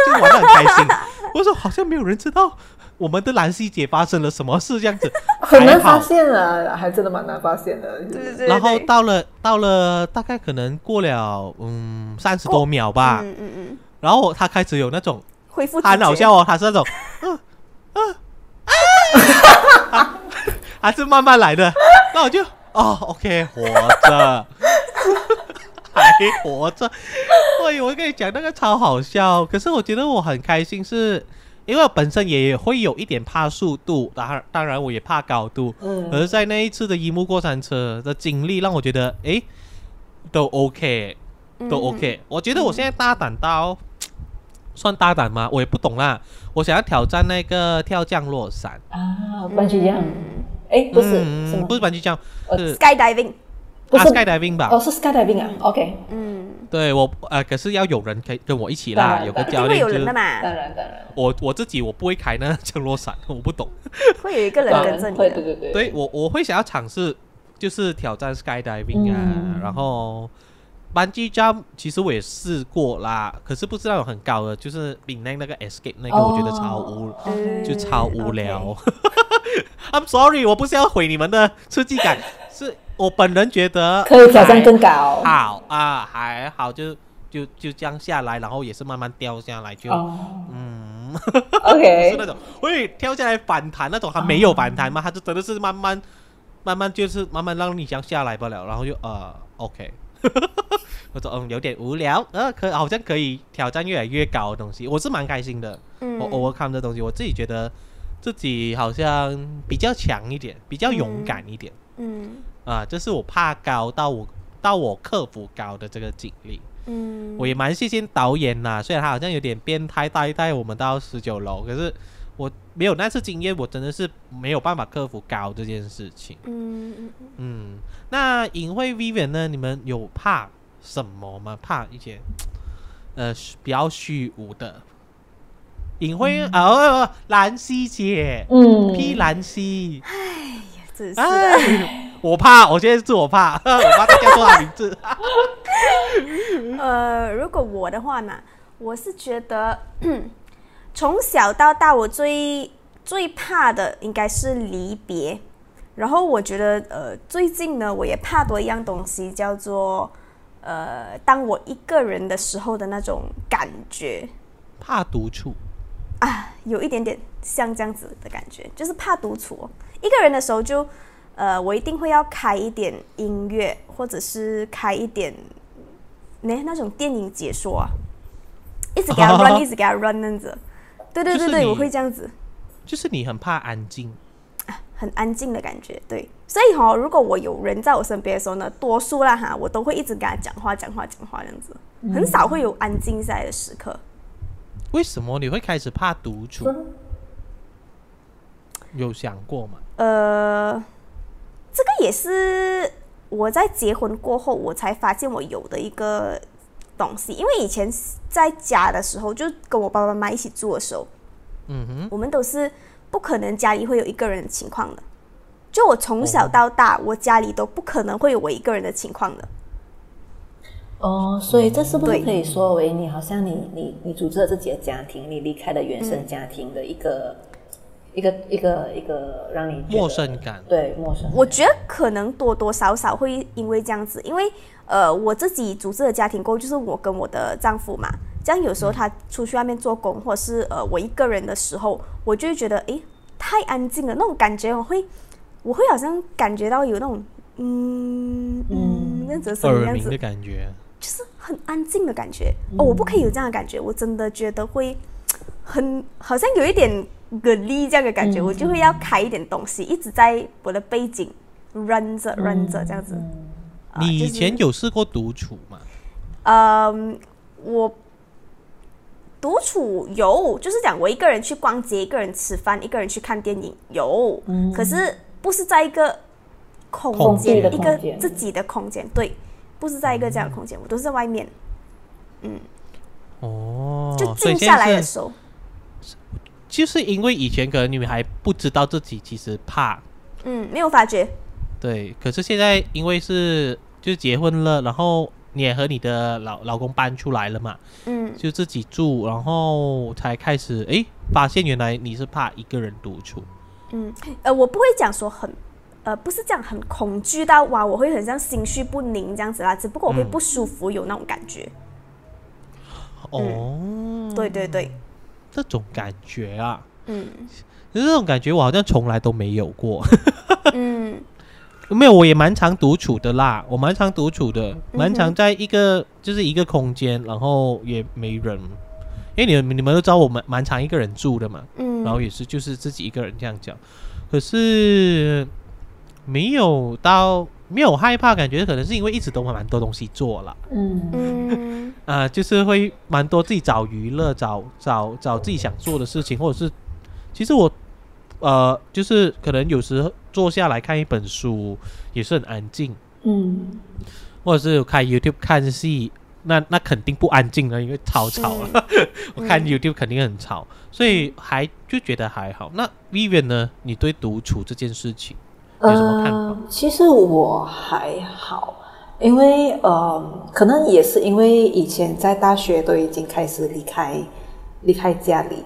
就玩的很开心。我说好像没有人知道我们的兰希姐发生了什么事这样子，很难还好发现啊，还真的蛮难发现的。对对对，然后对到了到了大概可能过了嗯三十多秒吧，嗯嗯嗯，然后他开始有那种恢复他很知觉好笑哦，他是那种嗯嗯啊 他是慢慢来的，那我就哦 OK 活着。 还活着，哎，我跟你讲，那个超好笑。可是我觉得我很开心是，因为我本身也会有一点怕速度，当然当然我也怕高度，嗯，而在那一次的一幕过山车的经历，让我觉得诶都 OK，都 OK。我觉得我现在大胆到，算大胆吗？我也不懂啦。我想要挑战那个跳降落伞，嗯啊，蹦极这样，哎，不是，什么不？是玩具降，我是 skydiving，不啊是 skydiving 吧哦，？是 skydiving 啊，OK，嗯，对我呃，可是要有人可以跟我一起当啦，然有个一教定会练有就人的是嘛，当然当然，我我自己我不会开那降落伞，我不懂。会有一个人当跟着然你啊会，对对的。对，对我我会想要尝试，就是挑战 skydiving 啊，嗯然后 bungee jump 其实我也试过啦，可是不知道有很高的，就是闽南那个 escape 那个，哦我觉得超无、 OK 就超无聊。I'm sorry，我不是要毁你们的刺激 感，是我本人觉得可以挑战更还高。好啊，还好就就就这样下来，然后也是慢慢掉下来就。哦嗯， ，OK，是那种会跳下来反弹那种，它没有反弹嘛，它就真的是慢慢慢慢就是慢慢让你想下来不了，然后就呃 OK，我说嗯有点无聊，呃可好像可以挑战越来越高的东西，我是蛮开心的，嗯我 overcome 这东西，我自己觉得自己好像比较强一点，比较勇敢一点嗯啊、这是我怕高到我到我克服高的这个经历。嗯，我也蛮谢谢导演呐，虽然他好像有点变态带带我们到十九楼，可是我没有那次经验，我真的是没有办法克服高这件事情。嗯嗯嗯，那隐晦 Vivian 呢？你们有怕什么吗？怕一些呃虚比较虚无的隐晦嗯啊、哦哦兰溪姐，嗯，批兰溪，只是哎， 我怕，我现在是我怕， 我怕大家说他名字。 呃，如果我的话嘛，我是觉得 从小到大，我最最怕的应该是离别。然后我觉得，呃，最近呢，我也怕多一样东西，叫做呃，当我一个人的时候的那种感觉怕独处，啊，有一点点像这样子的感觉，就是怕独处哦、一个人的时候就，呃，我一定会要开一点音乐，或者是开一点那那种电影解说啊，一直给 他 run，、一直给他 run 那样子。对对就是对对，你我会这样子，就是你很怕安静。很安静的感觉。对，所以哈、如果我有人在我身边的时候呢，多数啦哈，我都会一直跟他讲话、讲话、讲话这样子，很少会有安静下来的时刻。为什么你会开始怕独处？有想过吗？呃，这个也是我在结婚过后我才发现我有的一个东西，因为以前在家的时候，就跟我爸爸妈妈一起住的时候，嗯哼，我们都是不可能家里会有一个人的情况的。就我从哦小到大，我家里都不可能会有我一个人的情况的。哦，所以这是不是对可以说为你好像你你你组织了自己的家庭，你离开了原生家庭的一个、一个一个一个让你觉得嗯陌生感。对陌生我觉得可能多多少少会因为这样子，因为呃，我自己组织的家庭过后，就是我跟我的丈夫嘛，这样有时候他出去外面做工，或者是呃我一个人的时候，我就会觉得诶太安静了，那种感觉我会我会好像感觉到有那种嗯嗯那样子的声音，那耳样鸣子的感觉，就是很安静的感觉。哦，我不可以有这样的感觉，我真的觉得会很好像有一点隔离这样的感嗯觉，我就会要开一点东西，一直在我的背景 run 着 run 嗯着这样子。啊你以前就是有试过独处吗？嗯，我独处有，就是讲我一个人去逛街，一个人吃饭，一个人去看电影有，嗯可是不是在一个空空间，间的一个空间自己的空间，对，不是在一个这样的空间，我都是在外面，哦，就所以静下来现在的是时候，就是因为以前可能你们还不知道自己其实怕，嗯，没有发觉，对。可是现在因为是就结婚了，然后你也和你的老老公搬出来了嘛，嗯就自己住，然后才开始诶发现原来你是怕一个人独处。嗯，呃，我不会讲说很，呃，不是这样很恐惧到哇，我会很像心绪不宁这样子啦，只不过我会嗯不舒服，有那种感觉，哦，嗯对对对，这种感觉啊，嗯可是这种感觉我好像从来都没有过。嗯没有，我也蛮常独处的啦，我蛮常独处的，蛮常在一个、就是一个空间，然后也没人，因为你们你们都知道我们蛮常一个人住的嘛，嗯，然后也是就是自己一个人这样讲，可是没有到没有害怕，感觉可能是因为一直都蛮多东西做了，嗯嗯，呃，就是会蛮多自己找娱乐，找找找自己想做的事情，或者是其实我呃，就是可能有时候坐下来看一本书也是很安静，嗯，或者是开 YouTube 看戏，那那肯定不安静了，因为吵吵了。嗯 我看 YouTube 肯定很吵，所以还就觉得还嗯好。那 Vivian 呢？你对独处这件事情有什么看法？呃，其实我还好，因为呃，可能也是因为以前在大学都已经开始离开离开家里，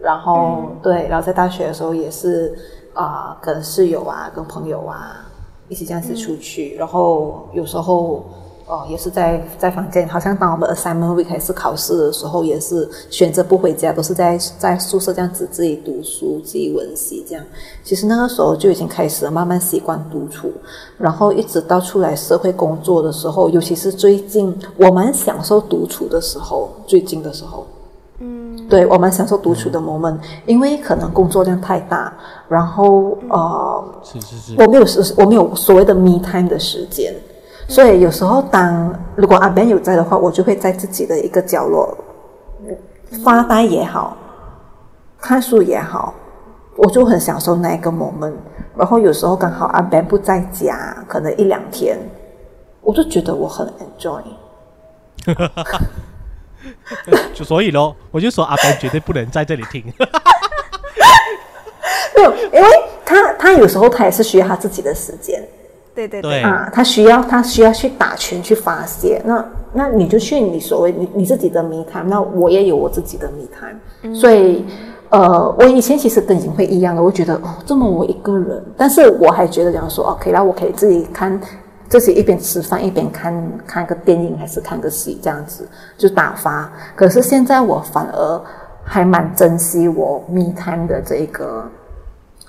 然后、对，然后在大学的时候也是啊、呃跟室友啊，跟朋友啊一起这样子出去，然后有时候。哦，也是在在房间，好像当我们 assignment week 还是考试的时候，也是选择不回家，都是在在宿舍这样子自己读书、自己温习这样。其实那个时候就已经开始了慢慢习惯独处，然后一直到出来社会工作的时候，尤其是最近，我蛮享受独处的时候，最近的时候。对我蛮享受嗯独处的 moment，因为可能工作量太大，然后呃，是是是，我没有时，我没有所谓的 me time 的时间，嗯所以有时候当如果阿 Ben 有在的话，我就会在自己的一个角落发呆也好，看书也好，我就很享受那一个 moment。然后有时候刚好阿 Ben 不在家，可能一两天，我就觉得我很 enjoy。就所以咯，我就说阿班绝对不能在这里 听。没有，因为他他有时候他也是需要他自己的时间。对对对，啊，他需要他需要去打拳去发泄，那那你就去你所谓你你自己的 me time，那我也有我自己的 me time，、所以呃，我以前其实跟你会一样的，我觉得哦，这么我一个人，但是我还觉得讲说 OK，那我可以自己看。自己一边吃饭一边看看个电影还是看个戏这样子就打发，可是现在我反而还蛮珍惜我 me time 的这个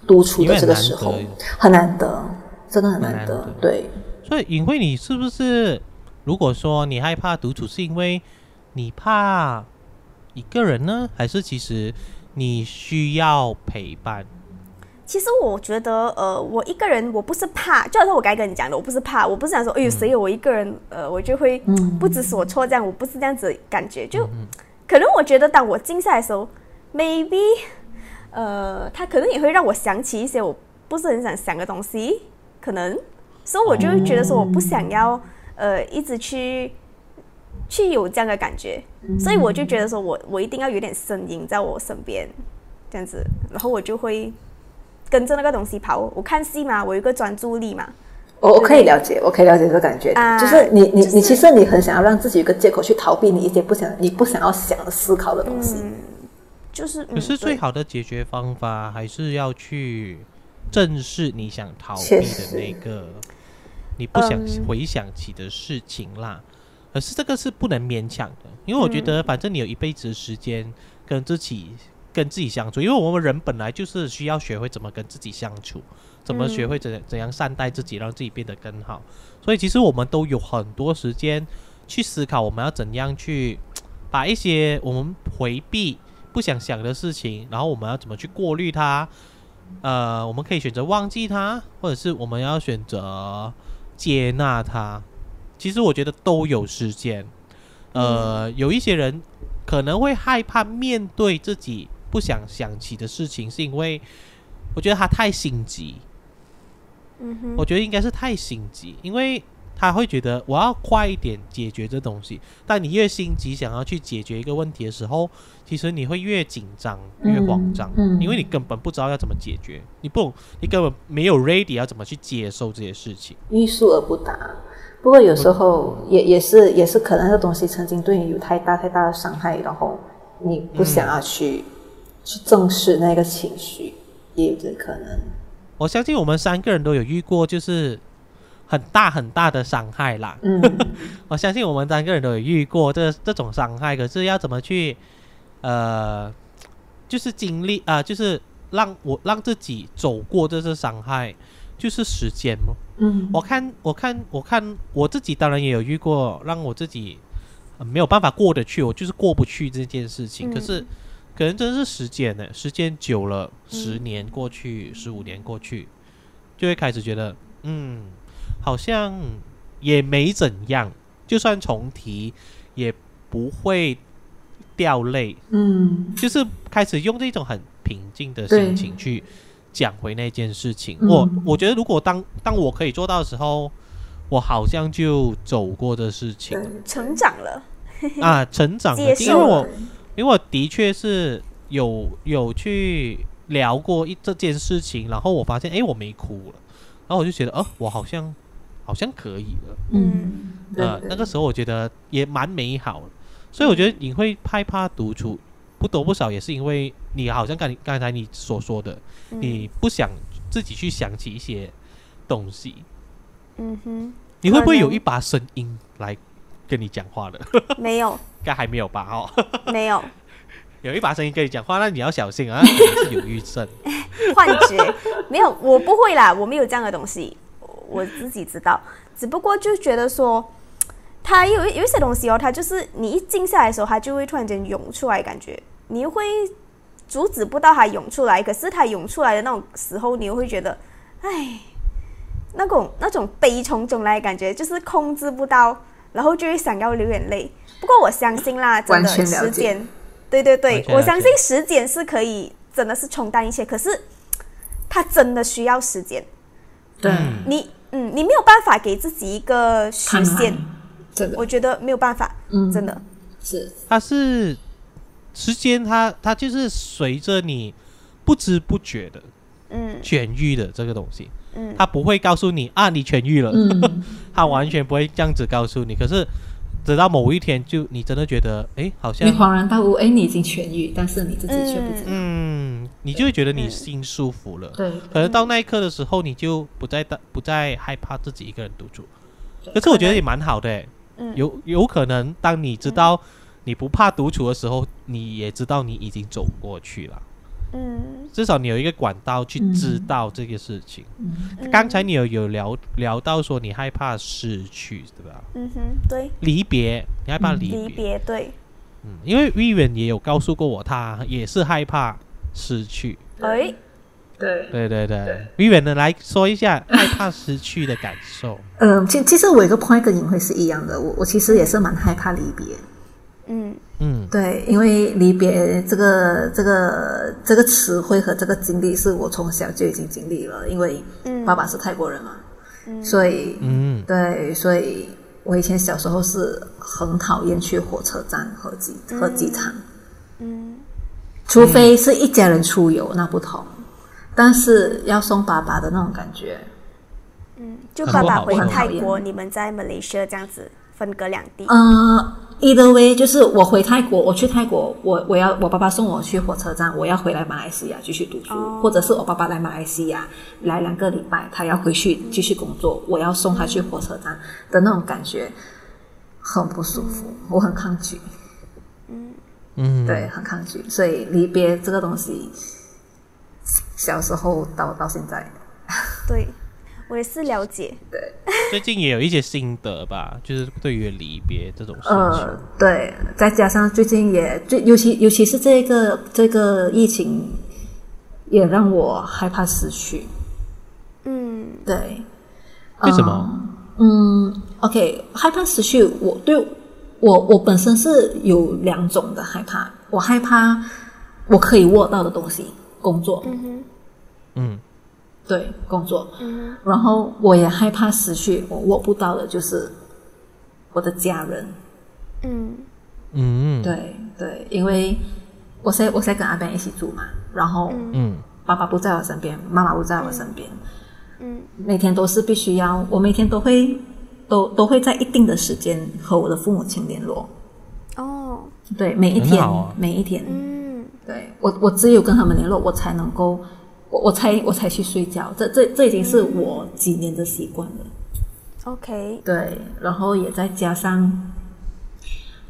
独处因为的很这个难时候得，很难得，真的很很难难得得，对。所以尹慧，你是不是如果说你害怕独处，是因为你怕一个人呢，还是其实你需要陪伴？其实我觉得，呃，我一个人我不是怕，就好像我刚才跟你讲的，我不是怕，我不是想说，哎呦，谁有我一个人，呃，我就会不知所措这样，我不是这样子的感觉，就可能我觉得当我静下来的时候，maybe，呃，他可能也会让我想起一些我不是很想想的东西，可能，所以我就会觉得说我不想要，呃，一直去去有这样的感觉，所以我就觉得说我我一定要有点声音在我身边，这样子，然后我就会。跟着那个东西跑。我看戏嘛，我有一个专注力嘛，我我可以了解，我可以了解这个感觉，啊就是你你、就是你其实你很想要让自己有个借口去逃避你一些不想你不想要想思考的东西，就是嗯可是最对好的解决方法还是要去正视你想逃避确的实嗯那个你不想回想起的事情啦。可是这个是不能勉强的，因为我觉嗯得反正你有一辈子的时间跟自己、跟自己相处，因为我们人本来就是需要学会怎么跟自己相处，怎么学会嗯怎怎样善待自己，让自己变得更好。所以其实我们都有很多时间去思考我们要怎样去把一些我们回避不想想的事情，然后我们要怎么去过滤它。呃，我们可以选择忘记它，或者是我们要选择接纳它。其实我觉得都有时间。呃，有一些人可能会害怕面对自己不想想起的事情，是因为我觉得他太心急。嗯哼，我觉得应该是太心急，因为他会觉得我要快一点解决这东西。但你越心急想要去解决一个问题的时候，其实你会越紧张、越慌张，嗯嗯因为你根本不知道要怎么解决，你不，你根本没有 ready 要怎么去接受这些事情。欲速而不达。不过有时候也也是也是可能这东西曾经对你有太大太大的伤害，然后你不想要去、去正视那个情绪，也有这可能。我相信我们三个人都有遇过，就是很大很大的伤害啦。嗯，我相信我们三个人都有遇过这这种伤害，可是要怎么去，呃，就是经历啊、就是让我让自己走过这次伤害，就是时间嘛。嗯，我看，我看，我看我自己，当然也有遇过让我自己、呃没有办法过得去，我就是过不去这件事情。嗯可是，可能真是时间呢，时间久了，十年过去，十五年过去，就会开始觉得，嗯，好像也没怎样，就算重提也不会掉泪，嗯，就是开始用这种很平静的对心情去讲回那件事情。嗯我我觉得如果当当我可以做到的时候，我好像就走过的事情对 了成长了，啊，成长了，接因为受我了，因为我的确是有有去聊过一这件事情，然后我发现诶我没哭了，然后我就觉得哦、我好像好像可以了，嗯对呃，对那个时候我觉得也蛮美好的，所以我觉得你会害怕独处，不多不少也是因为你好像刚刚才你所说的，嗯你不想自己去想起一些东西，嗯哼，你会不会可能有一把声音来跟你讲话了？没有 应该还没有吧？哦。 没有有一把声音跟你讲话，那你要小心啊，可能是有抑郁症。幻觉，没有，我不会啦，我没有这样的东西，我我自己知道，只不过就觉得说。它有有一些东西哦，它就是你一静下来的时候，它就会突然间涌出来，感觉你又会阻止不到它涌出来。可是它涌出来的那种时候，你又会觉得，唉，那种那种悲从中来的感觉，就是控制不到，然后就会想要流眼泪。不过我相信啦，真完的全了时解间，对对完对，全了我相解信时间是可以真的是冲淡一切，可是它真的需要时间。对，你嗯，你没有办法给自己一个看时来限，真的我觉得没有办法，嗯真的。是它是时间它，它就是随着你不知不觉的嗯痊愈的这个东西，嗯它不会告诉你啊，你痊愈了，嗯 它完全不会这样子告诉你。可是直到某一天，就你真的觉得，诶，好像你，恍然大悟，哎，你已经痊愈，但是你自己却不知道。嗯，你就会觉得你心舒服了。对，可能到那一刻的时候，你就不再大不再害怕自己一个人独处。可是我觉得也蛮好的欸、呃嗯有有可能当你知道你不怕独处的时候，你也知道你已经走过去了，嗯，至少你有一个管道去知道这个事情。嗯刚才你有有聊聊到说你害怕失去，对吧？嗯哼，对，离别，你害怕离别，离别对，嗯，因为 Vivian 也有告诉过我，他也是害怕失去。哎，对，对对对，Vivian 呢来说一下害怕失去的感受。嗯，其其实我有一个 point 跟尹慧是一样的，我我其实也是蛮害怕离别。嗯嗯对，因为离别这个这个这个词汇和这个经历是我从小就已经经历了，因为嗯爸爸是泰国人嘛，所以嗯对，所以我以前小时候是很讨厌去火车站和机和机场，嗯除非是一家人出游，那不同。但是要送爸爸的那种感觉，嗯，就很爸不爸好回很不好泰耶国，你们在马来西亚这样子分隔两地，呃，either way，就是我回泰国，我去泰国，我我要我爸爸送我去火车站，我要回来马来西亚继续读书，哦或者是我爸爸来马来西亚来两个礼拜，他要回去继续工作，我要送他去火车站的那种感觉，很不舒服，我很抗拒，嗯，对，很抗拒，所以离别这个东西，小时候到到现在，对我也是了解，对，最近也有一些心得吧，就是对于离别这种事情。呃，对，再加上最近也最尤其尤其是这个这个疫情，也让我害怕失去。嗯对，为什么？嗯，OK，害怕失去，我对我我本身是有两种的害怕，我害怕我可以握到的东西，工作，嗯哼嗯对，工作，嗯然后我也害怕失去我握不到的，就是我的家人。哼嗯嗯，，对对，因为我现在我现在跟阿 Ben 一起住嘛，然后嗯爸爸不在我身边，妈妈不在我身边，嗯每天都是必须要，我每天都会都都会在一定的时间和我的父母亲联络。哦对，每一很天，好啊每一天，嗯对我我只有跟他们联络，我才能够，我我才我才去睡觉。这这这已经是我几年的习惯了。 ，OK，对，然后也再加上，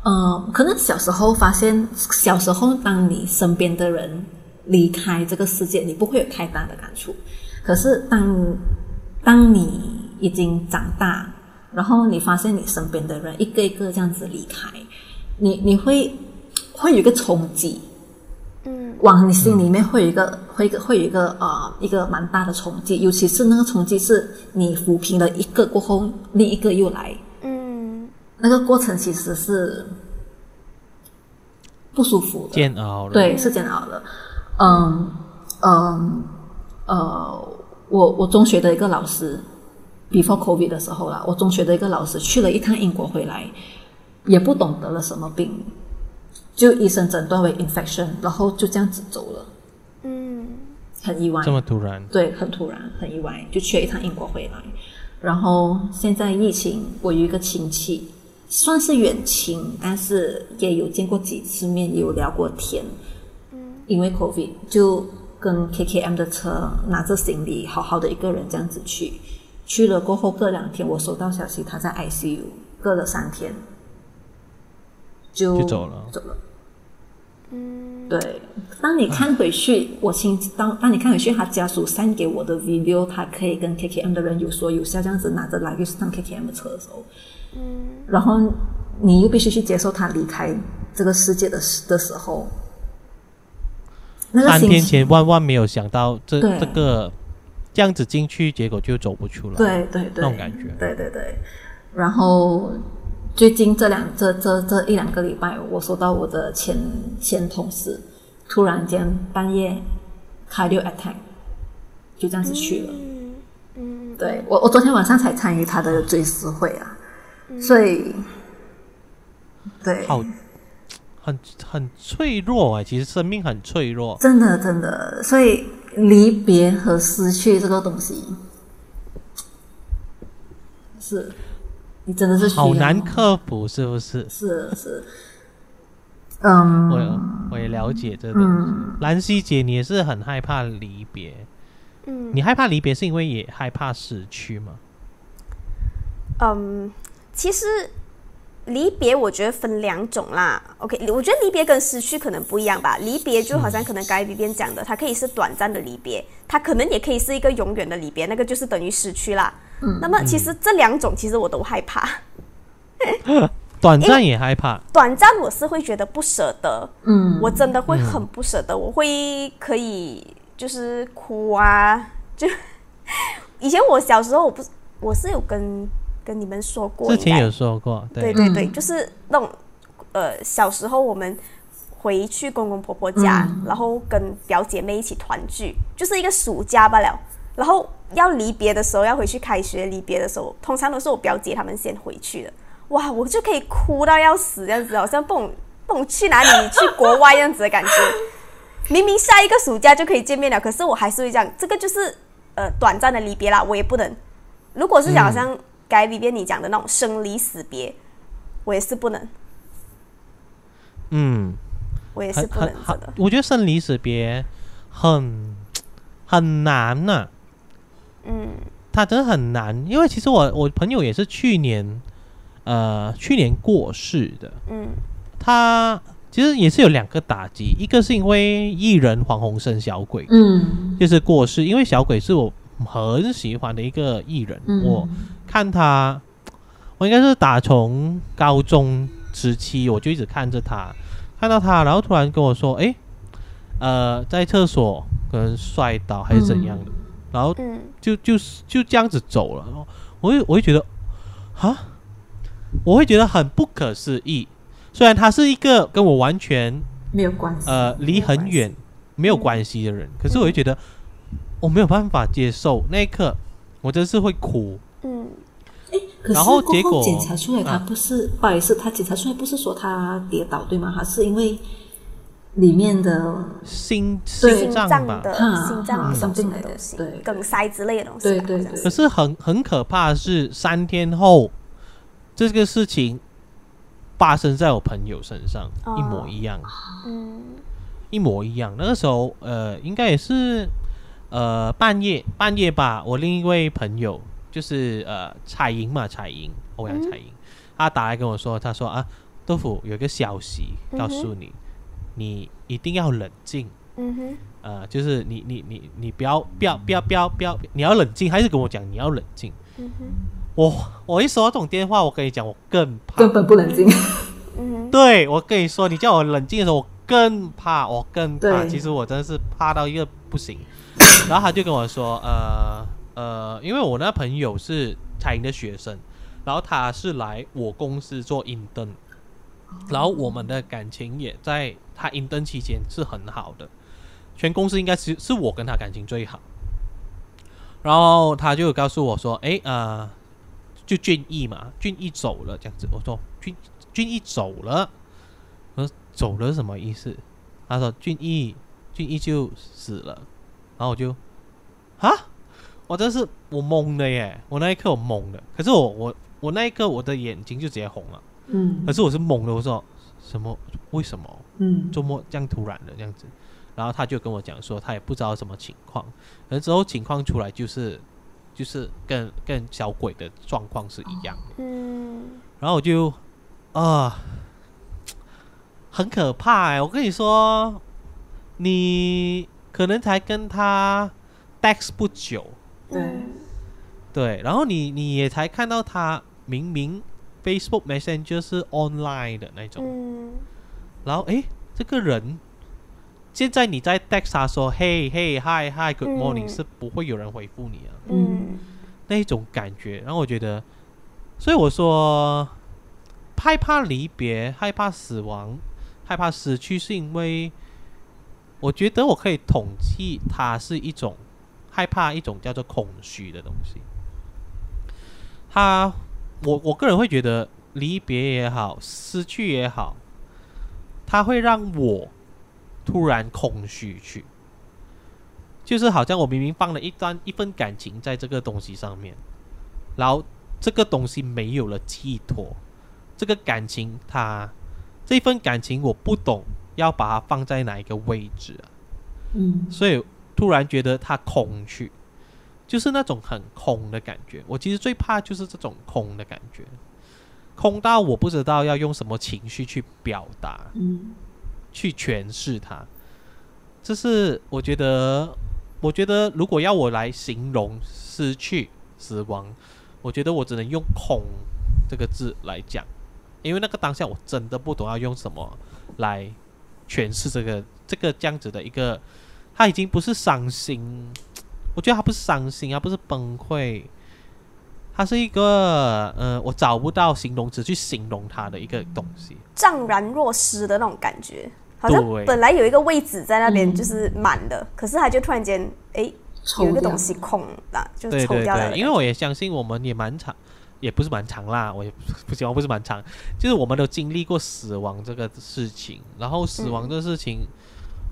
呃，可能小时候发现，小时候当你身边的人离开这个世界，你不会有太大的感触。可是当当你已经长大，然后你发现你身边的人一个一个这样子离开，你你会会有一个冲击。嗯，往你心里面会有一个，会一个，会有一个呃，一个蛮大的冲击，尤其是那个冲击是你抚平了一个过后，另一个又来，嗯，那个过程其实是不舒服的，煎熬了。，对，是煎熬的。嗯嗯呃，我我中学的一个老师，before COVID 的时候啦，我中学的一个老师去了一趟英国回来，也不懂得了什么病，就医生诊断为 infection，然后就这样子走了，嗯，很意外这。么突然，对，很突然，很意外，就去了一趟英国回来。然后现在疫情，我有一个亲戚，算是远亲，但是也有见过几次面，也有聊过天。嗯，因为 COVID 就跟 KKM 的车拿着行李，好好的一个人这样子去。去了过后，隔两天我收到消息，他在 ICU，隔了三天就就走了走了。对，当你看回去，我亲当当你看回去，他家属 send 给我的 video，他可以跟 KKM 的人有说有笑，这样子拿着来去上 KKM 的车的时候，嗯，然后你又必须去接受他离开这个世界的时的时候，那个三心天情，前万万没有想到这对这个这样子进去，结果就走不出来。对对对，那种感觉对对对。然后最近这两这这这一两个礼拜，我收到我的前前同事突然间半夜开六 attack，就这样子去了。嗯，对我，我昨天晚上才参与他的追思会啊，嗯所以对，好，很很脆弱哎、其实生命很脆弱。真的真的，所以离别和失去这个东西，是你真的是需要好难克服，是不是？是是，嗯，我也我也了解这个。兰希姐，你也是很害怕离别，嗯，你害怕离别是因为也害怕失去吗？嗯，其实离别我觉得分两种啦。OK，我觉得离别跟失去可能不一样吧。离别就好像可能刚才 B 边讲的，它可以是短暂的离别，它可能也可以是一个永远的离别，那个就是等于失去啦。嗯，那么其实这两种其实我都害怕。短暂也害怕，短暂我是会觉得不舍得，嗯，我真的会很不舍得，我会可以就是哭啊，就 以前我小时候我不我是有跟跟你们说过，之应前该有说过，对对，对对，就是那种呃小时候我们回去公公婆婆家，然后跟表姐妹一起团聚，就是一个暑假罢了。然后要离别的时候，要回去开学离别的时候，通常都是我表姐她们先回去的。哇，我就可以哭到要死这样子，好像蹦蹦去哪里去国外这样子的感觉。明明下一个暑假就可以见面了，可是我还是会这样。这个就是呃短暂的离别啦，我也不能。如果是讲好像该 v i v i 你讲的那种生离死别，我也是不能，嗯，我也是很不能很真很的，。我觉得生离死别很很难呐、嗯它真的很难，因为其实我我朋友也是去年，呃，去年过世的，嗯他其实也是有两个打击，一个是因为艺人黄鸿升小鬼，嗯就是过世，因为小鬼是我很喜欢的一个艺人，嗯我看他，我应该是打从高中时期我就一直看着他，看到他，然后突然跟我说，诶，呃，在厕所可能摔倒还是怎样的，然后嗯就就是就这样子走了，然后我会我会觉得，啊，我会觉得很不可思议。虽然他是一个跟我完全没有关系，呃离很远没有关系的人，可是我会觉得我没有办法接受那一刻，我真是会哭。嗯可是然后过结果后检查出来，他啊不是、不好意思，他检查出来不是说他跌倒对吗？他是因为里面的心对心脏吧，的哈心脏嗯手术嗯的东西对，对梗塞之类的东西吧，对对好像对可是很很可怕的是，三天后这个事情发生在我朋友身上，哦一模一样。嗯一模一样。那个时候，呃，应该也是呃半夜半夜吧。我另一位朋友就是呃彩莹嘛，彩莹，欧嗯阳彩莹，她打来跟我说，她说啊，豆腐有一个消息告诉你，你一定要冷静。嗯哼呃，就是你你你你不要不要不要不要不要，你要冷静，还是跟我讲你要冷静。嗯哼我我一收到这种电话，我跟你讲，我更怕，根本不冷静。嗯哼对，我跟你说，你叫我冷静的时候，我更怕，我更怕。对其实我真的是怕到一个不行。然后他就跟我说，呃呃，因为我那朋友是彩英的学生，然后他是来我公司做 intern，然后我们的感情也在他 intern 期间是很好的，全公司应该是是我跟他感情最好。然后他就告诉我说，诶，呃，就俊逸嘛，俊逸走了这样子。我说俊俊逸走了，我说走了是什么意思？他说俊逸俊逸就死了，然后我就啊，我真是我懵的耶，我那一刻我懵的，可是我我我那一刻我的眼睛就直接红了，嗯可是我是懵的，我说什么为什么？嗯周末这样突然的这样子，然后他就跟我讲说，他也不知道什么情况，而之后情况出来就是就是跟跟小鬼的状况是一样的，嗯，然后我就啊、很可怕、欸，我跟你说，你可能才跟他 dex 不久，对嗯对，然后你你也才看到他明明 Facebook Messenger 是 online 的那种。嗯，然后诶，这个人现在你在 text 他说嘿嘿嗨嗨 good morning、嗯是不会有人回复你啊，嗯，那一种感觉。然后我觉得，所以我说害怕离别，害怕死亡，害怕死去，是因为我觉得我可以统计它是一种害怕，一种叫做空虚的东西。它，我我个人会觉得离别也好，失去也好，它会让我突然空虚去。就是好像我明明放了一段一份感情在这个东西上面，然后这个东西没有了寄托，这个感情它这份感情我不懂要把它放在哪一个位置啊，嗯所以突然觉得它空虚，就是那种很空的感觉。我其实最怕就是这种空的感觉，空到我不知道要用什么情绪去表达。嗯去诠释它。这是我觉得，我觉得如果要我来形容失去、死亡，我觉得我只能用“空”这个字来讲，因为那个当下我真的不懂要用什么来诠释这个这个这样子的一个，他已经不是伤心，我觉得他不是伤心，他不是崩溃。它是一个，呃，我找不到形容词去形容它的一个东西。怅然若失的那种感觉，好像对本来有一个位置在那边嗯就是满的，可是他就突然间哎抽有一个掉东西空了，就对抽对掉了的感对，觉。因为我也相信我们也蛮长，也不是蛮长啦，我也不不希望不是蛮长，就是我们都经历过死亡这个事情，然后死嗯亡这个事情，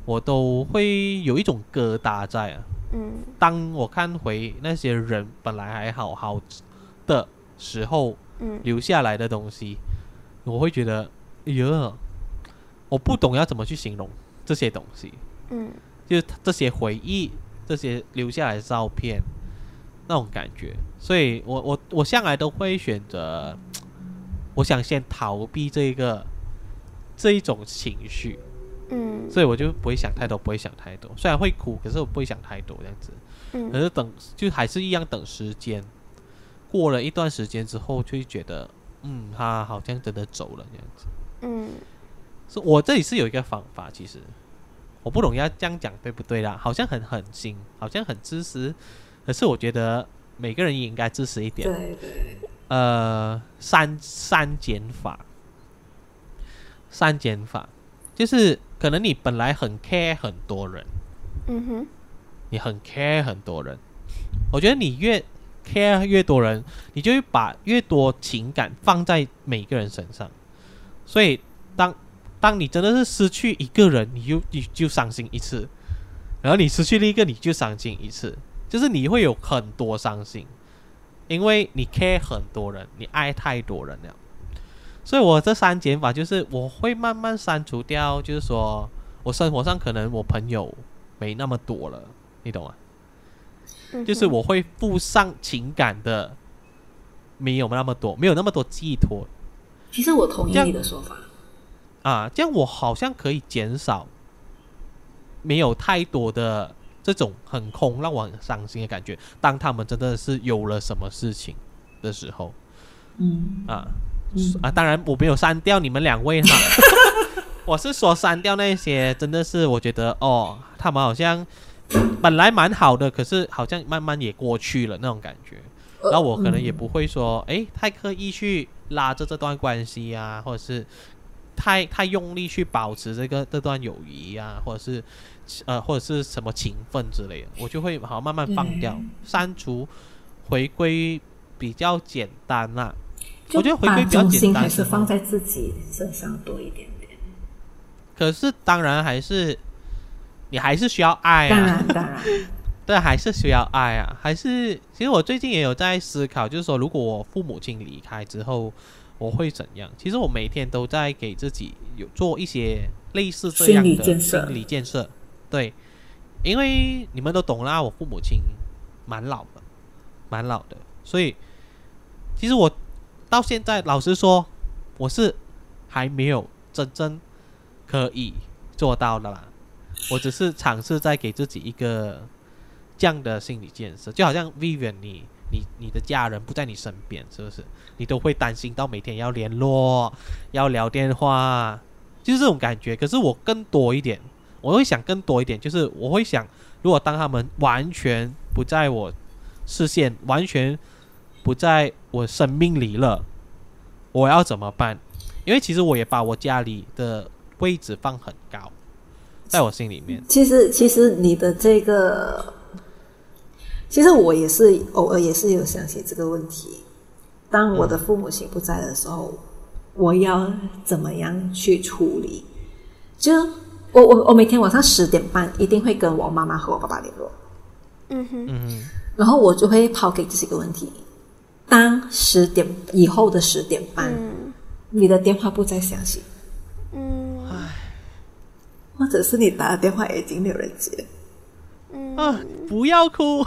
我都会有一种疙瘩在啊。嗯当我看回那些人本来还好好的时候嗯留下来的东西，我会觉得，哎呀，我不懂要怎么去形容这些东西。嗯就是这些回忆，这些留下来的照片，那种感觉。所以我我我向来都会选择，我想先逃避这个这一种情绪，嗯所以我就不会想太多，不会想太多。虽然会哭，可是我不会想太多这样子。可嗯是等就还是一样等时间，过了一段时间之后，就会觉得，嗯，他好像真的走了这样子。嗯是我这里是有一个方法，其实我不懂要这样讲对不对啦，好像很狠心，好像很自私，可是我觉得每个人也应该自私一点。对对呃，删删减法，删减法就是可能你本来很 care 很多人，嗯哼你很 care 很多人，我觉得你越 care 越多人，你就会把越多情感放在每个人身上。所以当当你真的是失去一个人，你就你就伤心一次，然后你失去另一个，你就伤心一次，就是你会有很多伤心，因为你 care 很多人，你爱太多人了。所以我这删减法就是我会慢慢删除掉，就是说我生活上可能我朋友没那么多了，你懂吗？嗯哼，就是我会附上情感的，没有那么多，没有那么多寄托其实我同这意样你的说法。啊，这样我好像可以减少没有太多的这种很空让我很伤心的感觉。当他们真的是有了什么事情的时候嗯啊嗯啊，当然我没有删掉你们两位哈，我是说删掉那些，真的是我觉得哦，他们好像本来蛮好的，可是好像慢慢也过去了那种感觉。然后我可能也不会说，诶，太刻意去拉着这段关系啊，或者是太太用力去保持这个这段友谊啊，或者是呃或者是什么情分之类的，我就会好像慢慢放掉，删除，回归比较简单啦、就我觉得回把归比较重简心单，还是放在自己身上多一点点。可是当然还是你还是需要爱当啊，然，当然，对，还是需要爱啊，还是其实我最近也有在思考，就是说如果我父母亲离开之后，我会怎样？其实我每天都在给自己有做一些类似这样的心理建设心理建设，对，因为你们都懂啦，我父母亲蛮老的，蛮老的，所以其实我到现在老实说，我是还没有真正可以做到的啦。我只是尝试在给自己一个这样的心理建设，就好像 Vivian，你你你的家人不在你身边，是不是？你都会担心到每天要联络，要聊电话，就是这种感觉。可是我更多一点，我会想更多一点，就是我会想，如果当他们完全不在我视线，完全不在我生命里了，我要怎么办？因为其实我也把我家里的位置放很高，在我心里面。其实，其实你的这个，其实我也是偶尔也是有想起这个问题。当我的父母亲不在的时候，我要怎么样去处理？就我我我每天晚上十点半一定会跟我妈妈和我爸爸联络，嗯哼，嗯哼，然后我就会抛给自己一个问题：当十点以后的十点半，嗯你的电话不再响起，嗯或者是你打的电话已经没有人接，嗯，啊，不要哭！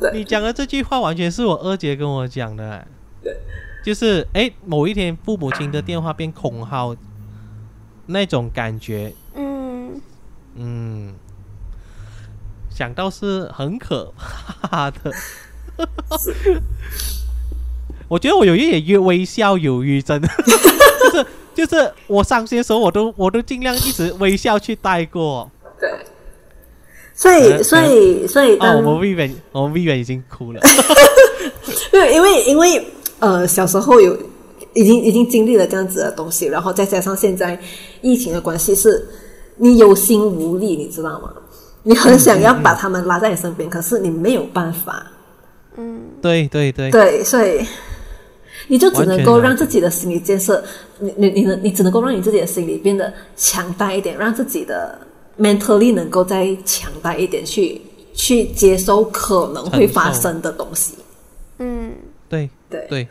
对你讲的这句话完全是我二姐跟我讲的、就是哎，某一天父母亲的电话变空号，那种感觉，嗯，嗯，想到是很可怕的。 我觉得我有一点越微笑有余症， 就是就是我伤心的时候，我都我都尽量一直微笑去带过。哦对。所呃以，所以，所以，哦，当、我们 V 远，我们 V 远已经哭了。没有，因为因为呃，小时候有已经已经经历了这样子的东西，然后再加上现在疫情的关系是，你有心无力，你知道吗？你很想要把他们拉在你身边，可是你没有办法，对对对，对，所以你就只能完够全了让自己的心理建设，你你你能你只能够让你自己的心理变得强大一点，让自己的 mentally 能够再强大一点，去去接受可能会发承受生的东西。嗯，对对对，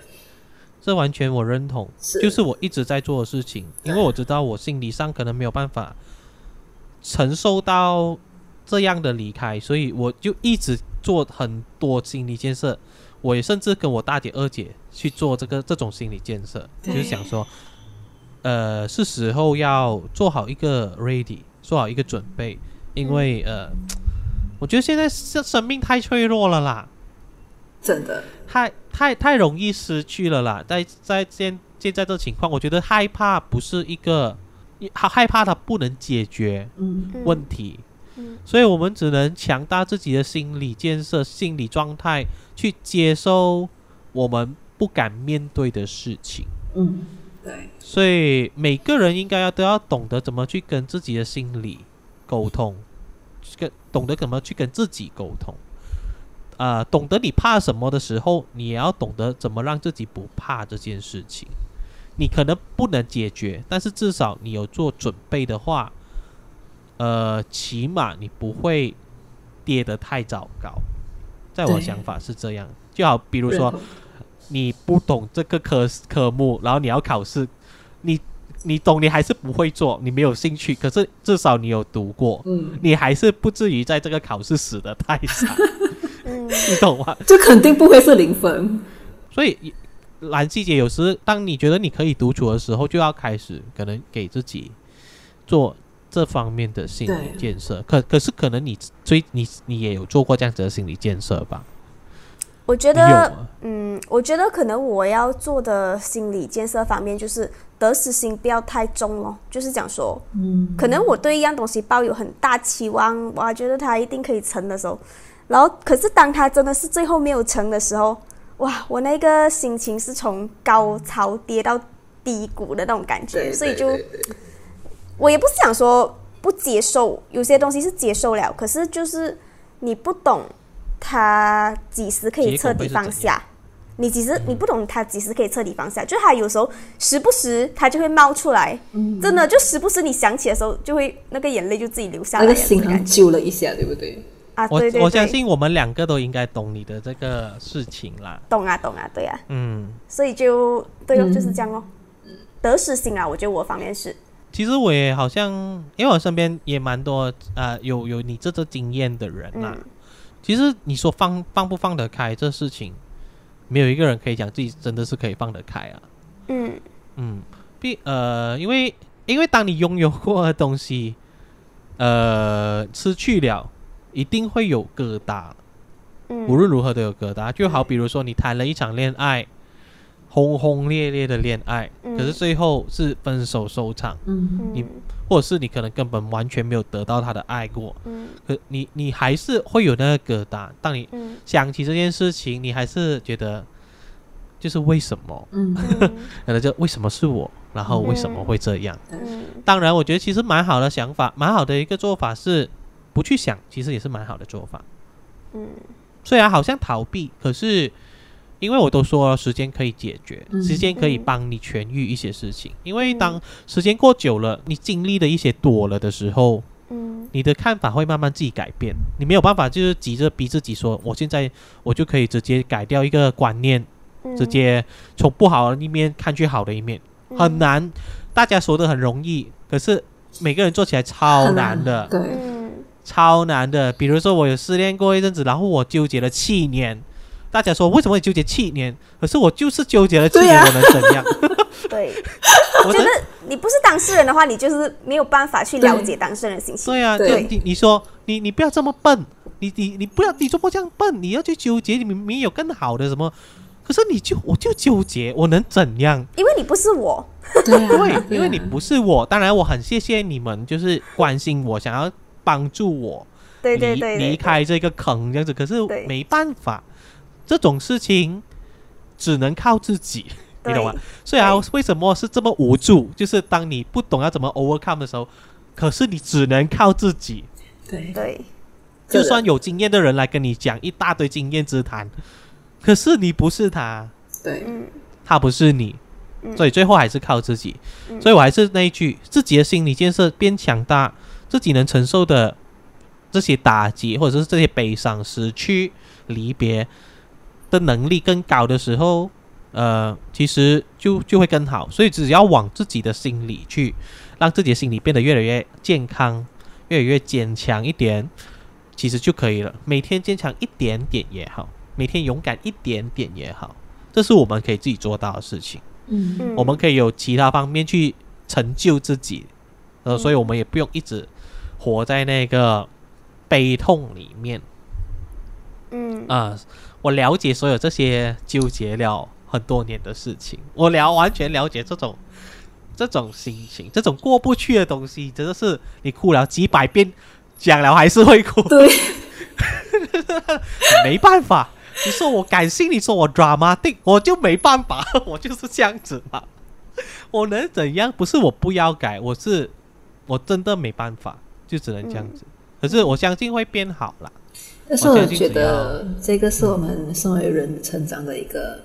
这完全我认同，是就是我一直在做的事情，因为我知道我心理上可能没有办法承受到这样的离开，所以我就一直做很多心理建设。我也甚至跟我大姐、二姐去做这个这种心理建设，就是想说，呃，是时候要做好一个 ready，做好一个准备，因为、呃，我觉得现在生生命太脆弱了啦，真的，太太太容易失去了啦。在在现现在这情况，我觉得害怕不是一个，害害怕它不能解决嗯，嗯问题，嗯所以我们只能强大自己的心理建设、心理状态，去接受我们不敢面对的事情。嗯，对，所以每个人应该要都要懂得怎么去跟自己的心理沟通，跟懂得怎么去跟自己沟通。呃，懂得你怕什么的时候，你也要懂得怎么让自己不怕这件事情。你可能不能解决，但是至少你有做准备的话，呃，起码你不会跌得太糟糕。在我对想法是这样，就好比如认说同，你不懂这个科科目，然后你要考试，你你懂，你还是不会做，你没有兴趣，可是至少你有读过，嗯，你还是不至于在这个考试死的太 惨，嗯你懂吗？就肯定不会是零分，所以蓝细姐有时，当你觉得你可以独处的时候，就要开始可能给自己做这方面的心理对建设。可可是可能你最你你也有做过这样子的心理建设吧？我觉有得啊，嗯，我觉得可能我要做的心理建设方面就是得失心不要太重咯，就是讲说，嗯，可能我对一样东西抱有很大期望，哇，觉得它一定可以成的时候，然后可是当它真的是最后没有成的时候，哇，我那个心情是从高潮跌到低谷的那种感觉，对所以对就对对我也不是想说不接受，有些东西是接受了，可是就是你不懂它几时可以彻底放结果会是怎嗯下，你几时你不懂它几时可以彻底放下，就它有时候时不时它就会冒出来，嗯真的就时不时你想起的时候就会那个眼泪就自己流下来那了，个心这种很感觉揪了一下，对不对？ 啊，我对对我对，相信我们两个都应该懂你的这个事情啦。懂啊懂啊，对啊，嗯，所以就对哦，就是这样哦，得失心啊，我觉得我方面是其实我也好像，因为我身边也蛮多呃有有你这个经验的人啦。嗯其实你说放放不放得开这事情，没有一个人可以讲自己真的是可以放得开啊。嗯嗯，必呃，因为因为当你拥有过的东西，呃，失去了，一定会有疙瘩，无嗯论如何都有疙瘩。就好比如说你谈了一场恋爱，轰轰烈烈的恋爱，嗯可是最后是分手收场，嗯，嗯你或者是你可能根本完全没有得到他的爱过，嗯可你你还是会有那个疙瘩。当你嗯想起这件事情，你还是觉得就是为什么？嗯，嗯可能就为什么是我，然后为什么会这样？嗯当然，我觉得其实蛮好的想法，蛮好的一个做法是不去想，其实也是蛮好的做法。嗯虽然好像逃避，可是因为我都说了，时间可以解决，嗯时间可以嗯帮你痊愈一些事情。因为嗯当时间过久了，你经历的一些多了的时候，嗯你的看法会慢慢自己改变。你没有办法就是急着逼自己说，我现在我就可以直接改掉一个观念，嗯，直接从不好的一面看去好的一面。嗯很难。大家说的很容易，可是每个人做起来超难的，对，嗯超难的。比如说，我有失恋过一阵子，然后我纠结了七年。大家说为什么你纠结七年？可是我就是纠结了七对年，啊我能 怎样？对。我就能是你不是当事人的话，你就是没有办法去了解当事人的心情。对啊，就对你你说你你不要这么笨，你你你不要你怎么这样笨？你要去纠结，你明明有更好的什么？可是你就我就纠结，我能怎 样？因为你不是我，对啊对，因为你不是我，当然我很谢谢你们，就是关心我，想要帮助我。对离对对对离开这个坑这样子，可是对没办法，这种事情只能靠自己，你对懂吗？所以啊，为什么是这么无助？就是当你不懂要怎么 overcome 的时候，可是你只能靠自己。对，对真就的算有经验的人来跟你讲一大堆经验之谈，可是你不是他，对，他不是你，嗯所以最后还是靠自己。所以我还是那一句，自己的心理建设变强大，自己能承受的这些打击或者是这些悲伤、失去、离别的能力更高的时候，呃，其实就就会更好。所以只要往自己的心里去，让自己的心理变得越来越健康，越来越坚强一点，其实就可以了。每天坚强一点点也好，每天勇敢一点点也好，这是我们可以自己做到的事情。嗯嗯我们可以有其他方面去成就自己，呃，所以我们也不用一直活在那个悲痛里面嗯啊、我了解所有这些纠结了很多年的事情，我了完全了解这种这种心情，这种过不去的东西，真的是你哭了几百遍，讲了还是会哭，对，没办法。 你说我感性，你说我 dramatic，我就没办法，我就是这样子嘛。我能怎样？不是我不要改，我是我真的没办法，就只能这样子。可是我相信会变好啦。但是我觉得这个是我们身为人成长的一个。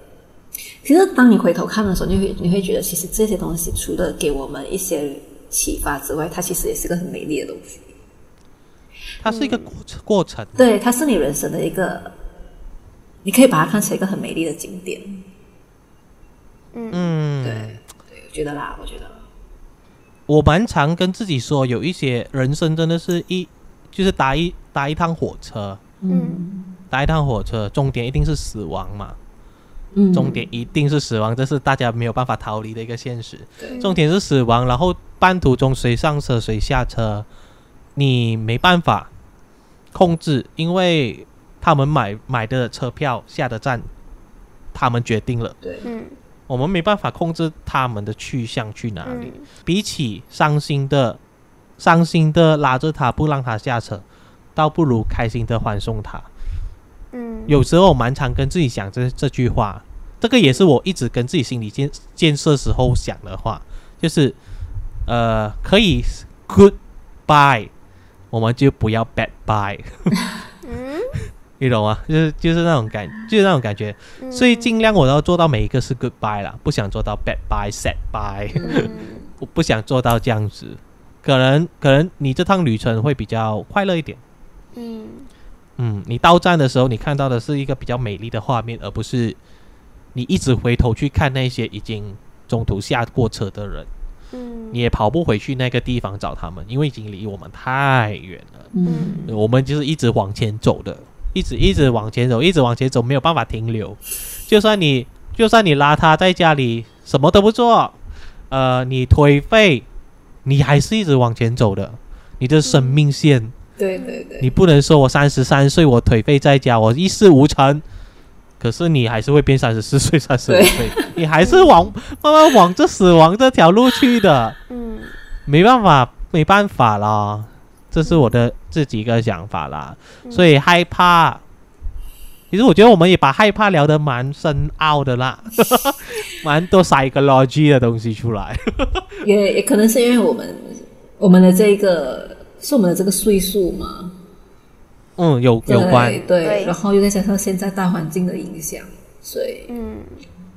其实，当你回头看的时候，你会你会觉得，其实这些东西除了给我们一些启发之外，它其实也是个很美丽的东西。它是一个过程过程，啊对，它是你人生的一个，你可以把它看成一个很美丽的景点。嗯，对，对，我觉得啦，我觉得，我蛮常跟自己说，有一些人生真的是一就是搭一搭一趟火车，嗯搭一趟火车，终点一定是死亡嘛，嗯，终点一定是死亡，这是大家没有办法逃离的一个现实。对重点是死亡，然后半途中谁上车谁下车，你没办法控制，因为他们买买的车票下的站，他们决定了。对，嗯我们没办法控制他们的去向去哪里。嗯比起伤心的、伤心的拉着他不让他下车，倒不如开心的欢送他。嗯，有时候我蛮常跟自己讲这这句话，这个也是我一直跟自己心理建建设时候想的话，就是呃，可以 good bye，我们就不要 bad bye，嗯你懂吗？啊 就是就是那种感，就是那种感觉，嗯所以尽量我要做到每一个是 good bye 啦，不想做到 bad bye、sad bye，嗯 我不想做到这样子，可能可能你这趟旅程会比较快乐一点。嗯嗯，你到站的时候，你看到的是一个比较美丽的画面，而不是你一直回头去看那些已经中途下过车的人。嗯你也跑不回去那个地方找他们，因为已经离我们太远了。嗯我们就是一直往前走的，一直一直往前走，一直往前走，没有办法停留。就算你就算你邋遢在家里什么都不做，呃，你颓废，你还是一直往前走的。你的生命线对对对，你不能说我三十三岁，我颓废在家，我一事无成。可是你还是会变三十四岁、三十五对岁，你还是往慢慢往这死亡这条路 去的，嗯没办法，没办法啦，这是我的自己一个想法啦。嗯所以害怕，其实我觉得我们也把害怕聊得蛮深奥的啦， 蛮多 psychology 的东西出来。也也可能是因为我们我们的这个是我们的这个岁数嘛，嗯，有有对关，对，对然后又再加上现在大环境的影响，所以嗯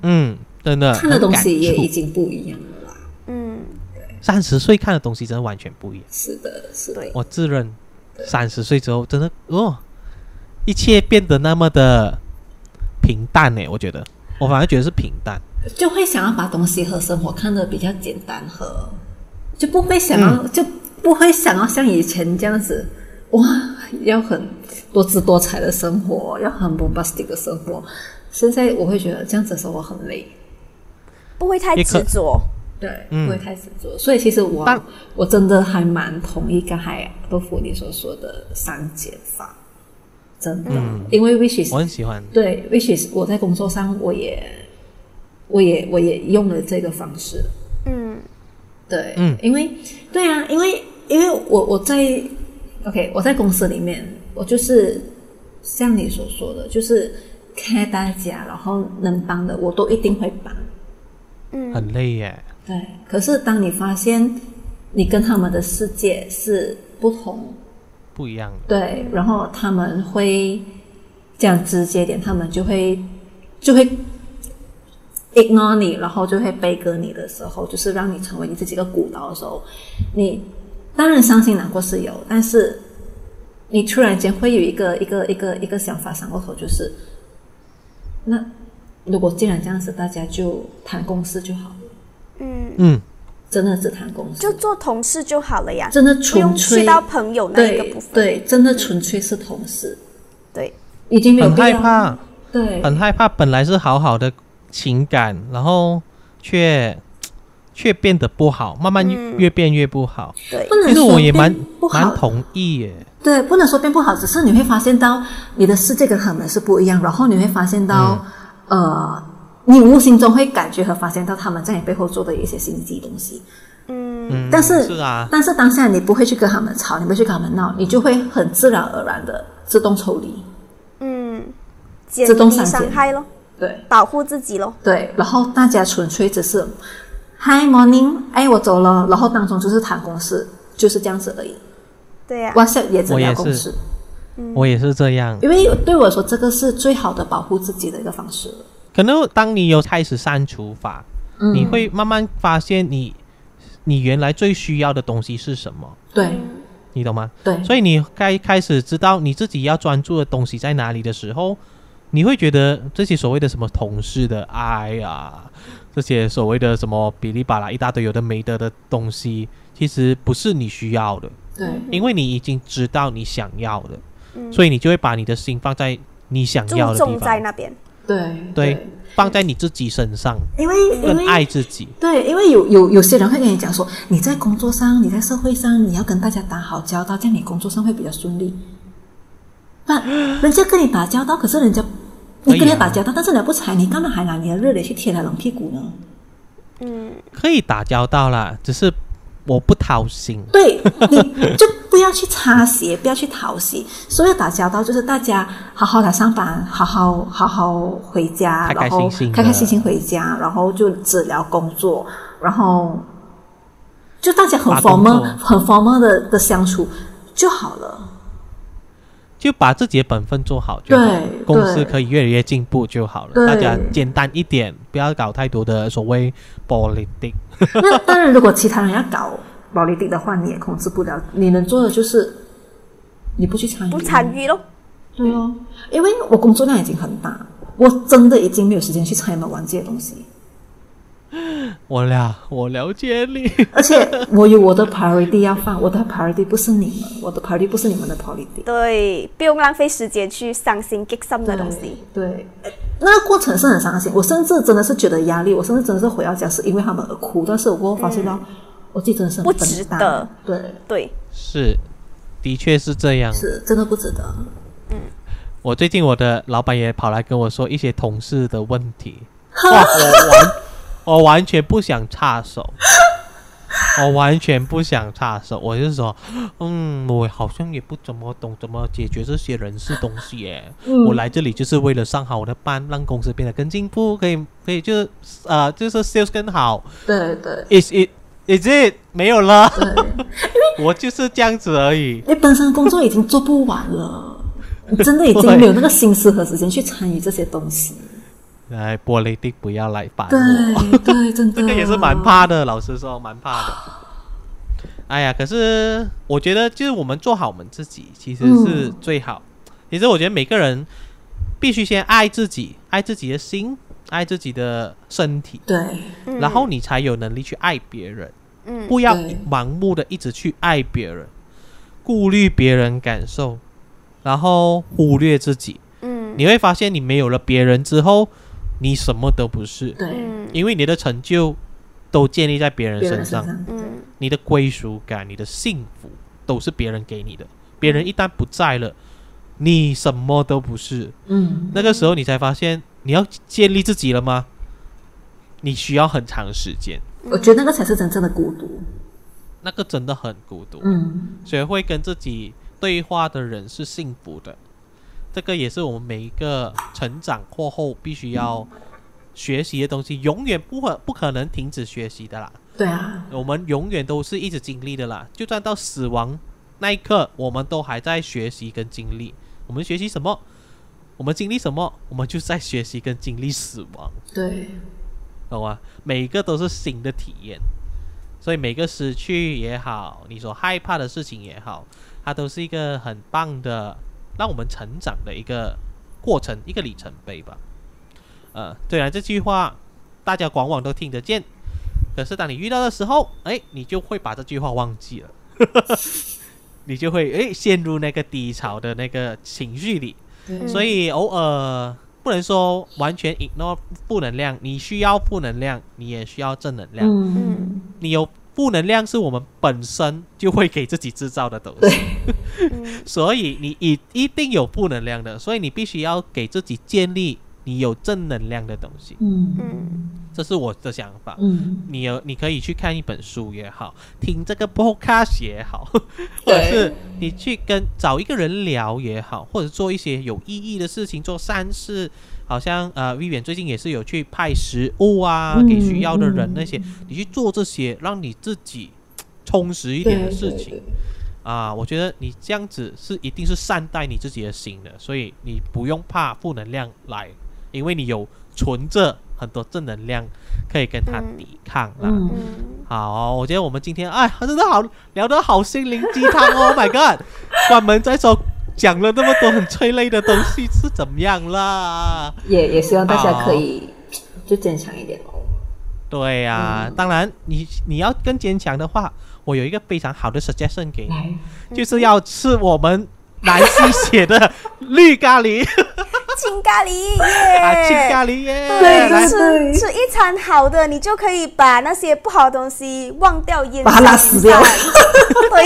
嗯，真的。看的东西也已很感触，经不一样了啦。嗯，三十岁看的东西真的完全不一样。是的，是的对，我自认三十岁之后，真的哦，一切变得那么的平淡欸呢。我觉得，我反而觉得是平淡。就会想要把东西和生活看得比较简单和，就不会想要、嗯就不会想要像以前这样子，哇，要很多姿多彩的生活，要很 bombastic 的生活。现在我会觉得这样子的生活很累，不会太也可执着。对，嗯不会太执着。所以其实我但我真的还蛮同意刚才豆腐你所说的删减法，真的，因为 which is 嗯我很喜欢，对，which is 我在工作上我也我也我也用了这个方式，嗯对，嗯因为对啊，因为因为我我在 OK 我在公司里面，我就是像你所说的，就是看大家，然后能帮的我都一定会帮。嗯很累欸耶。对，可是当你发现你跟他们的世界是不同，不一样的，对，然后他们会讲直接点，他们就会就会 ignore 你，然后就会背歌你的时候，就是让你成为你自己一个鼓捣的时候，你当然伤心难过是有，但是你突然间会有一个一个一个一个想法闪过头，就是那如果既然这样子，大家就谈公事就好了，嗯，嗯，真的只谈公事，就做同事就好了呀，真的不用纯粹去到朋友那一个对部分。对，真的纯粹是同事，对，已经没有很必要害怕，对，很害怕。本来是好好的情感，然后却却变得不好，慢慢嗯越变越不好。对不，能其实说我也变蛮不好蛮同意耶。对，不能说变不好，只是你会发现到你的世界跟他们是不一样，然后你会发现到，嗯呃，你无形中会感觉和发现到他们在你背后做的一些心机东西，嗯嗯，但是是啊，但是当下你不会去跟他们吵，你不会去跟他们闹，你就会很自然而然的自动抽离，嗯，减自动低删减伤害咯，对保护自己咯。对，然后大家纯粹只是，Hi morning，哎我走了，然后当中就是谈公事，就是这样子而已对呀、 ，WhatsApp 也只我也聊公是事，我也是这样。因为对我来说这个是最好的保护自己的一个方式了。可能当你有开始删除法，嗯你会慢慢发现你你原来最需要的东西是什么，对你懂吗？对，所以你该开始知道你自己要专注的东西在哪里的时候，你会觉得这些所谓的什么同事的爱啊，这些所谓的什么比利巴拉一大堆有的没的的东西，其实不是你需要的，对嗯因为你已经知道你想要的，所以你就会把你的心放在你想注要的地重在方，那边。对对，放在你自己身上，因为因更爱为自己。对，因为有有有些人会跟你讲说，你在工作上，你在社会上，你要跟大家打好交道，这样你工作上会比较顺利。那人家跟你打交道，可是人家可你以跟人啊家打交道，但是人家不踩你，干嘛还拿你的热脸去贴他冷屁股呢？可以打交道啦，只是我不掏心。对，你就不要去擦鞋，不要去讨喜。所有打交道就是大家好好的上班，好好好好回家，开开然后心心的开开心心回家，然后就只聊工作，然后就大家很把工 formal 作很 formal 的的相处就好了。就把自己的本分做好就好对，公司对可以越来越进步就好了。对大家简单一点，不要搞太多的所谓 politics。那当然，如果其他人要搞暴力地的话，你也控制不了，你能做的就是你不去参与，不参与咯。对哦，因为我工作量已经很大，我真的已经没有时间去参与玩这些东西。我了，我了解你。而且我有我的 priority 要放，我的 priority 不是你们，我的 priority 不是你们的 priority。对，不用浪费时间去伤心、激心的东西。对，呃那个过程是很伤心，我甚至真的是觉得压力，我甚至真的是回到家是因为他们而哭，但是我过后发现到、我自己真的是很不值笨蛋得，对，对，是，的确是这样。是真的不值得。我最近我的老板也跑来跟我说一些同事的问题，哇，我完，我完全不想 插手，我完全不想插手，我就说，嗯，我好像也不怎么懂怎么解决这些人事东西耶，嗯我来这里就是为了上好我的班，让公司变得更进步，可以可以就是呃就是 sales 更好对对，is it is it 没有了，对， 我就是这样子而已。你本身工作已经做不完了，你真的已经没有那个心思和时间去参与这些东西。哎，玻璃地不要来烦我。对对，真的这个也是蛮怕的，老实说蛮怕的。哎呀，可是我觉得就是我们做好我们自己，其实是嗯最好。其实我觉得每个人必须先爱自己，爱自己的心，爱自己的身体，对然后你才有能力去爱别人。嗯不要对盲目的一直去爱别人，顾虑别人感受，然后忽略自己。嗯你会发现，你没有了别人之后，你什么都不是。对，嗯因为你的成就都建立在别人别身人身上，上，嗯你的归属感、你的幸福都是别人给你嗯的。别人一旦不在了，你什么都不是。嗯。那个时候你才发现，你要建立自己了吗？你需要很长时间，我觉得那个才是真正的孤独。那个真的很孤独。嗯，学会跟自己对话的人是幸福的，这个也是我们每一个成长过后必须要学习的东西，永远不可不可能停止学习的啦。对啊，我们永远都是一直经历的啦，就算到死亡那一刻，我们都还在学习跟经历。我们学习什么？我们经历什么？我们就在学习跟经历死亡，对，懂吗？每一个都是新的体验，所以每个失去也好，你所害怕的事情也好，它都是一个很棒的让我们成长的一个过程，一个里程碑吧。呃，虽然这句话大家往往都听得见，可是当你遇到的时候，哎，你就会把这句话忘记了， 你就会哎陷入那个低潮的那个情绪里。对所以偶尔不能说完全 ignore 负能量，你需要负能量，你也需要正能量。嗯，嗯你有负能量是我们本身就会给自己制造的东西，对， 嗯所以你一一定有负能量的，所以你必须要给自己建立你有正能量的东西，嗯嗯这是我的想法。嗯，你有，你可以去看一本书也好，听这个 podcast 也好， 或对者是你去跟找一个人聊也好，或者做一些有意义的事情，做善事。好像呃，Vivian 最近也是有去派食物啊，嗯给需要的人嗯那些，你去做这些，让你自己充实一一点的事情。啊，我觉得你这样子是一定是善待你自己的心的，所以你不用怕负能量来，因为你有存着很多正能量可以跟它嗯抵抗啦。嗯，嗯，好，我觉得我们今天哎，真的好聊得好心灵鸡汤 哦，Oh my god！关门再说，讲了那么多很催泪的东西是怎么样啦？也也希望大家可以就坚强一点哦。对呀、嗯当然你你要更坚强的话，我有一个非常好的 suggestion 给你。来，就是要吃我们南希写的绿咖喱 青咖喱啊，青耶！咖喱耶！对来对吃吃一餐好的，你就可以把那些不好的东西忘掉，烟把它拉死掉 消散对，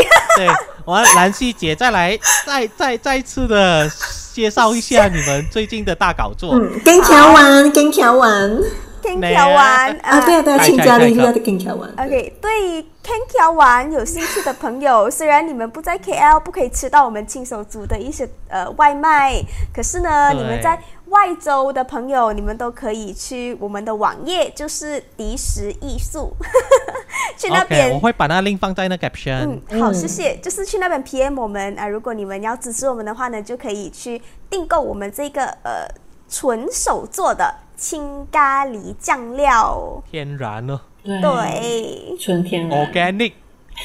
对，我要兰旭姐再来再再再次的介绍一下你们最近的大搞作。嗯跟条玩，跟条玩 天桥湾啊！对啊，对啊，下一亲个家下的一就个要跟条玩。 OK，对 Ken 桥玩有兴趣的朋友，虽然你们不嗯在 KL，不可以吃到我们亲手煮的一些呃外卖，可是呢，对你们在外州的朋友，你们都可以去我们的网页，就是迪食艺术， 去那 OK，边我会把那 link 放在那 caption。嗯，好，谢谢。就是去那边 PM 我们啊，如果你们要支持我们的话呢，就可以去订购我们这个呃纯手做的青咖喱酱料，天然哦对纯天啊然。 ，organic。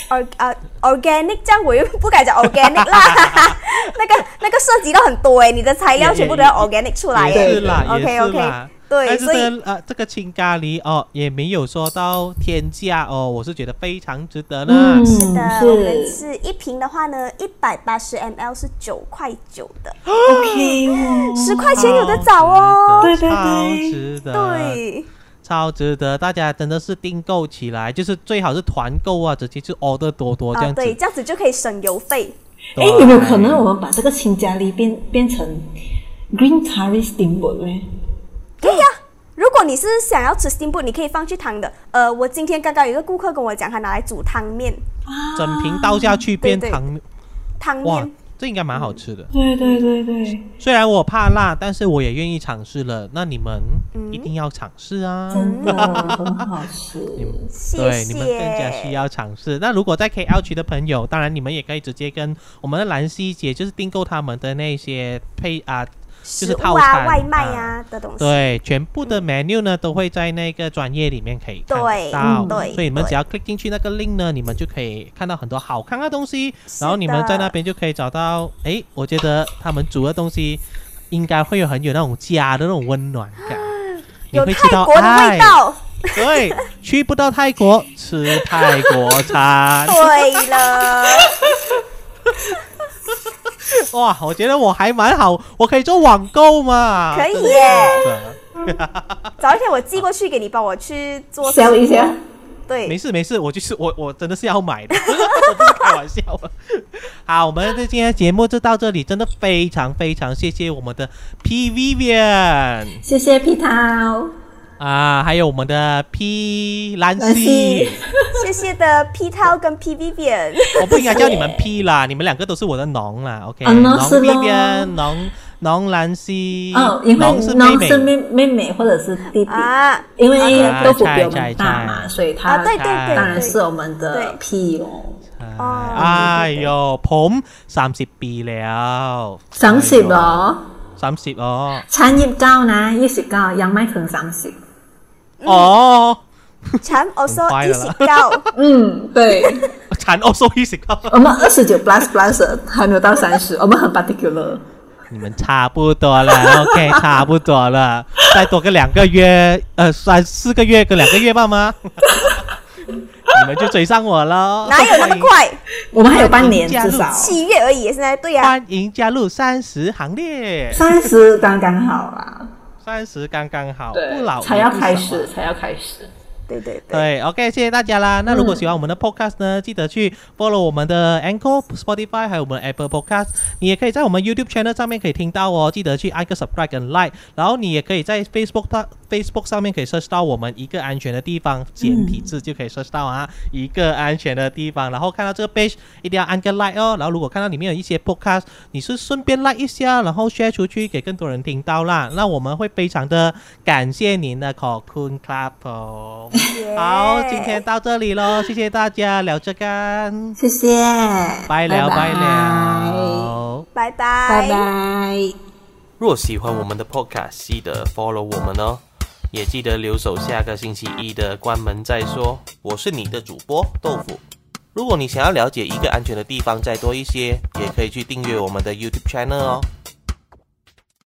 ，or 啊 organic 酱我又不敢讲 organic 啦，那个那个涉及到很多哎，你的材料全部都要 organic 出来也耶是啦，也 OK 是 OK，啦。对，但是所以这个呃，这个青咖喱哦，也没有说到天价哦，我是觉得非常值得啦。嗯，是的，呃我们是是一瓶的话呢，一百八十 ml 是九块九的， OK 哦。十块钱有的找哦，对对超对值得，对。啊超值得，大家真的是订购起来，就是最好是团购啊，直接去 order 多多这啊，样子。对，这样子就可以省邮费。哎，有没有可能我们把这个亲家力变变成 Green Curry Steamboat 呢？对呀、如果你是想要吃 steamboat，你可以放去汤的。呃，我今天刚刚有一个顾客跟我讲，他拿来煮汤面，整瓶倒下去变对对糖，汤哇面，这应该蛮好吃的。对对对对，虽然我怕辣，但是我也愿意尝试了。那你们嗯一定要尝试啊！真的嗯很好吃。谢对，你们更加需谢。要尝试。那如果在 KL 区的朋友，当然你们也可以直接跟我们的兰溪姐，就是订购他们的那些配啊，就食是物套啊、餐嗯外卖啊的东西，对，全部的 menu 呢都会在那个专业里面可以看得嗯对到，嗯对所以你们对只要 click 进去那个 link 呢，你们就可以看到很多好看的东西，是然后你们在的那边就可以找到，诶，我觉得他们煮的东西应该会有很有那种家的那种温暖 感，你有会吃泰到哎国的爱味，道。，对，去不到泰国吃泰国餐 对了， 哇，我觉得我还蛮好，我可以做网购嘛，可以真的耶是啊早一天我寄过去给你，帮我去做。笑一下，没对，事没事，我就是我我真的是要买的， 我不是开玩笑 的。好，我们的今天的节目就到这里，真的非常非常谢谢我们的 P Vivian 谢谢皮涛。啊，还有我们的 P 兰兰西西，谢谢的 P 涛跟 P Vivian，我不应该叫你们 P 啦，你们两个都是我的农啦，OK，啊农农是咯 Vivian，农农兰西，哦，因为农是妹农妹是妹妹妹或者是弟弟，啊因为啊豆腐比菜我菜们大菜嘛，所以他啊，对对对，当然对是我们的对 P 哦。哎呦，ผมสามสิบปีแล้ว สามสิบเหรอ สามสิบอ๋อ ฉันยี่สิบเก้านะยี่สิบเก้ายังไม่ถึงสามสิบ อ๋อ ฉัน also 很快一的啦起到， อืมเต้ ฉัน also ยี่สิบเก้า 我们二十九 plus plus 还没有到三 十我们很 particular 你们差不多了，OK，差不多了，再多个两个月，呃，三四个月跟两个月半吗？你们就追上我了，哪有那么 快？我们还有半年加至入少七月而已，现在对呀、欢迎？欢迎加入三十行列，三十刚刚好啦三十刚刚好，不老对才要也不开少啊始才要开始对对对。对，OK，谢谢哎大家啦。那如果喜欢我们的 Podcast 呢，记得去 follow 我们的 Anchor、Spotify，还有我们的 Apple Podcast。你也可以在我们 YouTube channel 上面可以听到哦，记得去按个 subscribe 跟 like。然后你也可以在 Facebook 它 Facebook 上面可以 search 到我们一个安全的地方，简体字就可以 search 到啊，一个安全的地方。然后看到这个 page 一定要按个 like 哦。然后如果看到里面有一些 podcast，你是顺便 like 一下，然后 share 出去给更多人听到啦。那我们会非常的感谢您的 c o c o o n Club 哦。好，今天到这里喽，谢谢大家，聊着干，谢谢拜聊拜聊。拜拜，拜拜若喜欢我们的 Podcast，记得 follow 我们哦，也记得留守下个星期一的关门再说。我是你的主播豆腐。如果你想要了解一个安全的地方再多一些，也可以去订阅我们的 YouTube channel 哦。